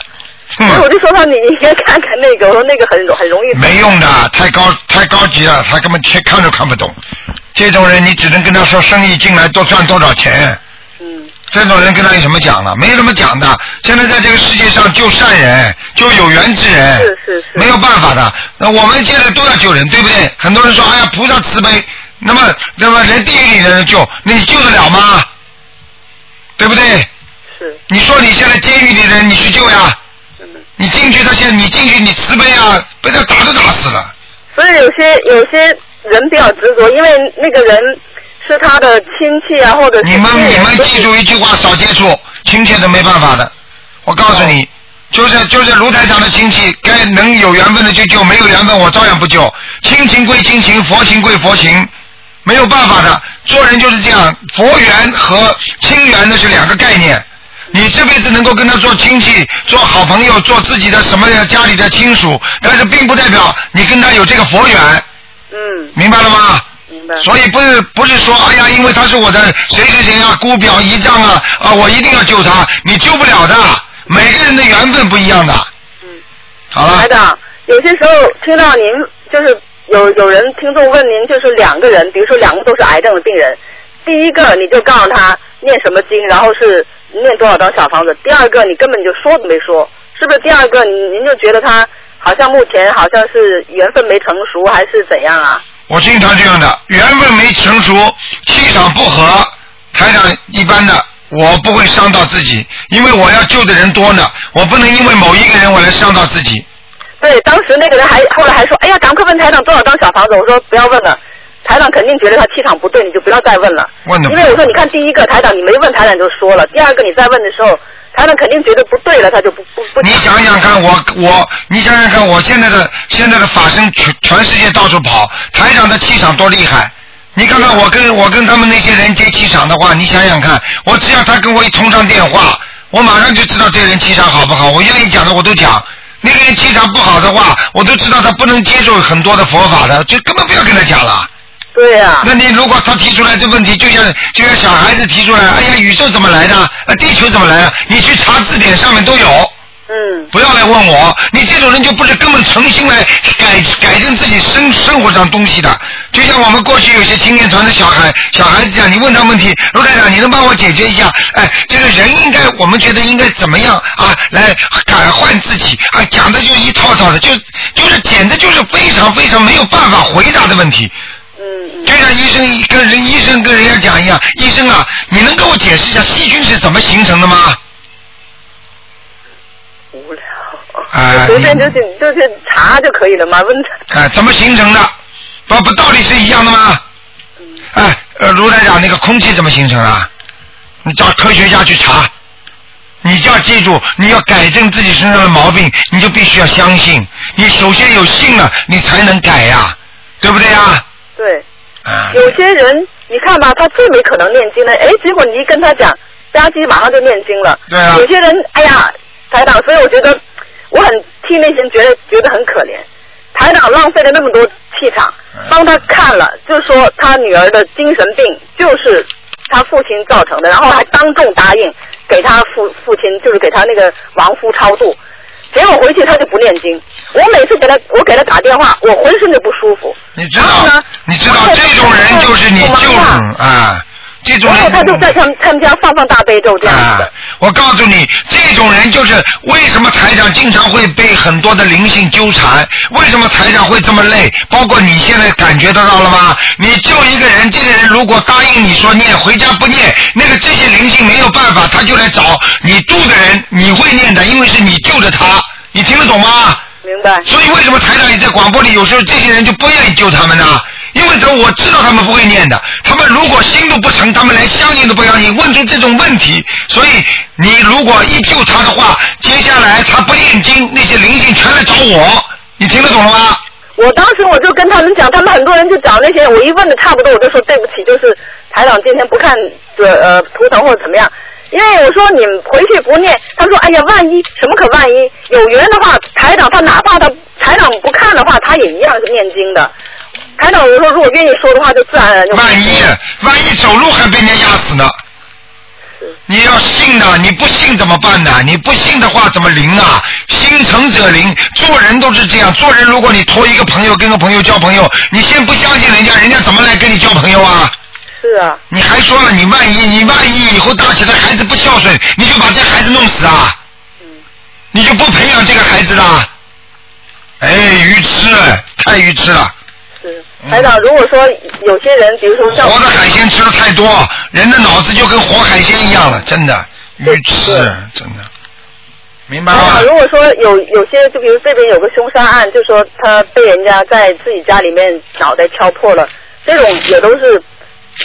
[SPEAKER 1] 嗯
[SPEAKER 10] 所以我就说他你你应该看看那个，我说那个很容很容易。
[SPEAKER 1] 没用的，太高太高级了，他根本看看都看不懂。这种人你只能跟他说生意进来多赚多少钱。嗯。这种人跟他有什么讲了？没有什么讲的。现在在这个世界上救善人，救有缘之人，
[SPEAKER 10] 是是是，
[SPEAKER 1] 没有办法的。那我们现在都要救人，对不对？很多人说哎呀菩萨慈悲，那么那么连地狱里的人救，你救得了吗？对不对？
[SPEAKER 10] 是。
[SPEAKER 1] 你说你现在监狱里的人你去救呀？你进去，他现在你进去，你慈悲啊，被他打都打死了。
[SPEAKER 10] 所以有些有些人比较执着，因为那个人是他的亲戚啊，或者是
[SPEAKER 1] 你们
[SPEAKER 10] 亲人
[SPEAKER 1] 你们
[SPEAKER 10] 所以
[SPEAKER 1] 记住一句话：少接触亲戚都没办法的。我告诉你，就是就是卢台长的亲戚，该能有缘分的就救，没有缘分我照样不救。亲情归亲情，佛情归佛情，没有办法的。做人就是这样，佛缘和亲缘那是两个概念。你这辈子能够跟他做亲戚、做好朋友、做自己的什么家里的亲属，但是并不代表你跟他有这个佛缘。嗯。明白了吗？所以不是不是说，哎呀，因为他是我的谁谁谁啊，姑表姨丈啊，啊，我一定要救他，你救不了的，每个人的缘分不一样的。好了
[SPEAKER 10] 台长，有些时候听到您就是有有人听众问您，就是两个人，比如说两个都是癌症的病人，第一个你就告诉他念什么经，然后是念多少张小房子；第二个你根本就说都没说，是不是？第二个您您就觉得他好像目前好像是缘分没成熟，还是怎样啊？
[SPEAKER 1] 我经常这样的，缘分没成熟，气场不合，台长一般的，我不会伤到自己，因为我要救的人多呢，我不能因为某一个人我来伤到自己。
[SPEAKER 10] 对，当时那个人还后来还说，哎呀，赶快问台长多少张小房子，我说不要问了。台长肯定觉得他气场不对，你就不要再问了。
[SPEAKER 1] 问得
[SPEAKER 10] 因
[SPEAKER 1] 不
[SPEAKER 10] 为我说，你看第一个台长你没问台长就说了，第二个你再问的时候，台长肯定觉得不对了，他就不不不。
[SPEAKER 1] 你想想看我，我你想想看，我现在的现在的法身全全世界到处跑，台长的气场多厉害！你看看我跟我跟他们那些人接气场的话，你想想看，我只要他跟我一通上电话，我马上就知道这个人气场好不好。我愿意讲的我都讲，那个人气场不好的话，我都知道他不能接受很多的佛法的，就根本不要跟他讲了。
[SPEAKER 10] 对呀、
[SPEAKER 9] 啊
[SPEAKER 1] 那你如果他提出来这问题，就像就像小孩子提出来，哎呀，宇宙怎么来的？啊，地球怎么来的？你去查字典上面都有。
[SPEAKER 10] 嗯。
[SPEAKER 1] 不要来问我，你这种人就不是根本诚心来改改正自己生生活上东西的。就像我们过去有些青年团的小孩小孩子讲，你问他问题，卢台长，你能帮我解决一下？哎，这个人应该，我们觉得应该怎么样啊？来改换自己啊，讲的就一套套的，就就是简直就是非常非常没有办法回答的问题。就像医生跟人医生跟人家讲一样，医生啊，你能给我解释一下细菌是怎么形成的吗？啊
[SPEAKER 10] 随便就是就是查就可以了嘛，问
[SPEAKER 1] 啊，怎么形成的？不不，道理是一样的吗？哎，呃，卢台长，那个空气怎么形成的？你找科学家去查。你就要记住，你要改正自己身上的毛病，你就必须要相信。你首先有信了，你才能改呀、对不对呀、
[SPEAKER 10] 对。
[SPEAKER 1] [laughs] 啊
[SPEAKER 10] 有些人你看吧，他最没可能念经的，哎，结果你一跟他讲，吧唧马上就念经了。
[SPEAKER 1] 对啊
[SPEAKER 10] 有些人，哎呀，台长，所以我觉得我很替那些人觉得觉得很可怜。台长浪费了那么多气场，
[SPEAKER 1] 哎
[SPEAKER 10] 帮他看了，就说他女儿的精神病就是他父亲造成的，然后还当众答应给他父父亲，就是给他那个亡夫超度。结果回去他就不念经，我每次给他我给他打电话，我浑身就不舒服。啊
[SPEAKER 1] 你知道，你知道这种人就是你救主啊，这种
[SPEAKER 10] 然后
[SPEAKER 1] 人
[SPEAKER 10] 他就在他们他们家放放大悲咒这样子。
[SPEAKER 1] 啊，我告诉你，这种人就是为什么台长经常会被很多的灵性纠缠，为什么台长会这么累？包括你现在感觉得到了吗？你救一个人，这个人如果答应你说念，回家不念，那个这些灵性没有办法，他就来找你度的人，你会念的，因为是你救的他，你听得懂吗？
[SPEAKER 10] 明白。
[SPEAKER 1] 所以为什么台长也在广播里，有时候这些人就不愿意救他们呢？因为等我知道他们不会念的，他们如果心都不诚，他们连相信都不相信，问出这种问题，所以你如果一救他的话，接下来他不念经，那些灵性全来找我，你听得懂了吗？
[SPEAKER 10] 我当时我就跟他们讲，他们很多人就找那些，我一问的差不多，我就说对不起，就是台长今天不看呃呃图腾或者怎么样，因为我说你们回去不念，他说哎呀万一什么可万一有缘的话，台长他哪怕他台长不看的话，他也一样是念经的。台长我说如果愿意说的话，就自然而然就
[SPEAKER 1] 万一啊万一走路还被人家压死呢？你要信的，你不信怎么办呢？你不信的话怎么灵啊？心诚者灵，做人都是这样。做人，如果你托一个朋友跟个朋友交朋友，你先不相信人家，人家怎么来跟你交朋友啊？
[SPEAKER 10] 是啊。
[SPEAKER 1] 你还说了，你万一你万一以后大起来孩子不孝顺，你就把这孩子弄死啊？你就不培养这个孩子了？哎，愚痴，太愚痴了。
[SPEAKER 10] 台长如果说有些人，比如说像
[SPEAKER 1] 活的海鲜吃的太多，人的脑子就跟活海鲜一样了，真的愚痴，真的，明白
[SPEAKER 10] 台
[SPEAKER 1] 吗
[SPEAKER 10] 长，？如果说有有些，就比如这边有个凶杀案，就说他被人家在自己家里面脑袋敲破了，这种也都是，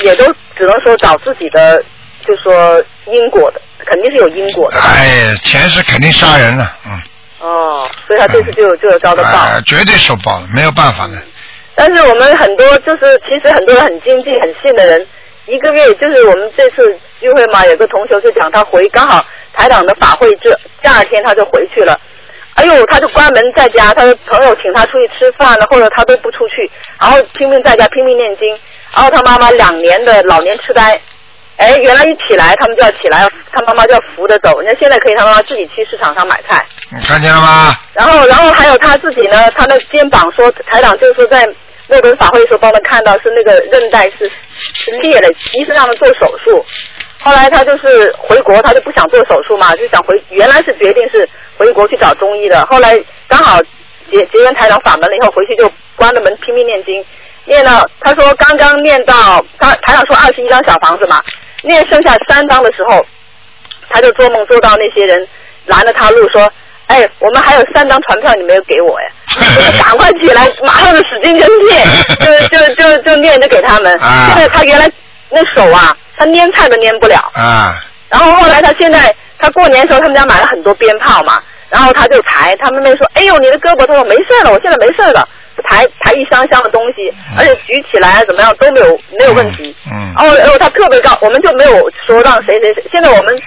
[SPEAKER 10] 也都只能说找自己的，就说因果的，肯定是有因果的。
[SPEAKER 1] 哎，前世肯定杀人了，嗯，
[SPEAKER 10] 哦，所以他这次就有就有遭的报。
[SPEAKER 1] 哎，绝对受报了，没有办法的。
[SPEAKER 10] 但是我们很多就是，其实很多人很精进、很信的人，一个月就是我们这次聚会嘛，有个同学就讲他回，刚好台长的法会这第二天他就回去了。哎呦，他就关门在家，他的朋友请他出去吃饭了，或者他都不出去，然后拼命在家拼命念经，然后他妈妈两年的老年痴呆，哎，原来一起来他们就要起来，他妈妈就要扶着走，人家现在可以他妈妈自己去市场上买菜，
[SPEAKER 1] 你看见了吗？
[SPEAKER 10] 然后，然后还有他自己呢，他的肩膀说，台长就是在那轮法会的时候帮他看到是那个韧带是是裂了，医生让他做手术。后来他就是回国，他就不想做手术嘛，就想回，原来是决定是回国去找中医的。后来刚好结结缘台长法门了以后，回去就关了门拼命念经，念到他说刚刚念到他台长说二十一张小房子嘛，念剩下三张的时候，他就做梦做到那些人拦着他路说，哎，我们还有三张船票你没有给我呀，赶快起来，马上就使劲就念，就就就就念就给他们。
[SPEAKER 1] 啊
[SPEAKER 10] 现在他原来那手啊，他拈菜都拈不了。
[SPEAKER 1] 啊，
[SPEAKER 10] 然后后来他现在他过年的时候他们家买了很多鞭炮嘛，然后他就抬，他妹妹说，哎呦你的胳膊，他说没事了，我现在没事了，就抬抬一箱箱的东西，而且举起来怎么样都没有没有问题。
[SPEAKER 1] 嗯
[SPEAKER 10] 然后然后他特别高，我们就没有说让谁谁谁，现在我们。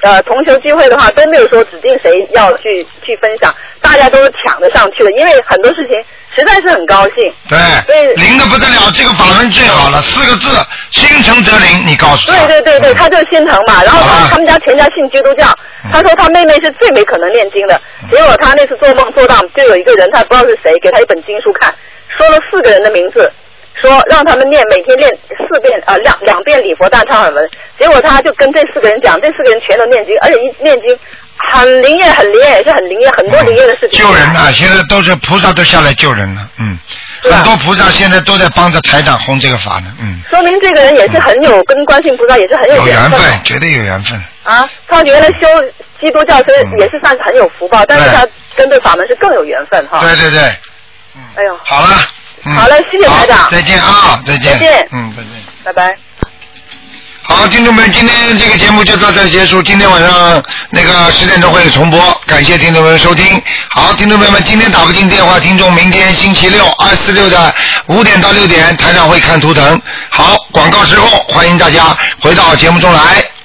[SPEAKER 10] 呃，同学聚会的话都没有说指定谁要去去分享，大家都是抢着上去的，因为很多事情实在是很高兴。
[SPEAKER 1] 对，灵的不得了，这个法门最好了，四个字，心诚则灵。你告诉
[SPEAKER 10] 对
[SPEAKER 1] 他，
[SPEAKER 10] 对对
[SPEAKER 1] 嗯
[SPEAKER 10] 对，他就是心疼
[SPEAKER 1] 啊
[SPEAKER 10] 嘛。然后他他们家全家信基督教，他说他妹妹是最没可能念经的。
[SPEAKER 1] 嗯
[SPEAKER 10] 结果他那次做梦做到，就有一个人，他不知道是谁，给他一本经书看，说了四个人的名字，说让他们念每天念四遍啊、两两遍礼佛大忏悔文。结果他就跟这四个人讲，这四个人全都念经，而且一念经很灵验，很灵验，也是很灵验，很多灵验的事情。
[SPEAKER 1] 救人呐、现在都是菩萨都下来救人了，嗯，
[SPEAKER 10] 啊
[SPEAKER 1] 很多菩萨现在都在帮着台长弘这个法呢，嗯，
[SPEAKER 10] 说明这个人也是很有跟观世音菩萨也是很有
[SPEAKER 1] 有缘
[SPEAKER 10] 分的
[SPEAKER 1] 分，绝对有缘分。
[SPEAKER 10] 啊，他原来修基督教是也是算是很有福报，但是他跟这法门是更有缘分哈。
[SPEAKER 1] 对对对，
[SPEAKER 10] 哎呦，
[SPEAKER 1] 好了，嗯
[SPEAKER 10] 好嘞，谢谢台长，
[SPEAKER 1] 再见啊，再见，
[SPEAKER 10] 再见
[SPEAKER 1] 嗯，再见。
[SPEAKER 10] 拜拜。
[SPEAKER 1] 好，听众们，今天这个节目就到这儿结束。今天晚上那个十点钟会有重播，感谢听众朋友们收听。好，听众朋友们，今天打不进电话，听众明天星期六二四六的五点到六点，台长会看图腾。好，广告之后，欢迎大家回到节目中来。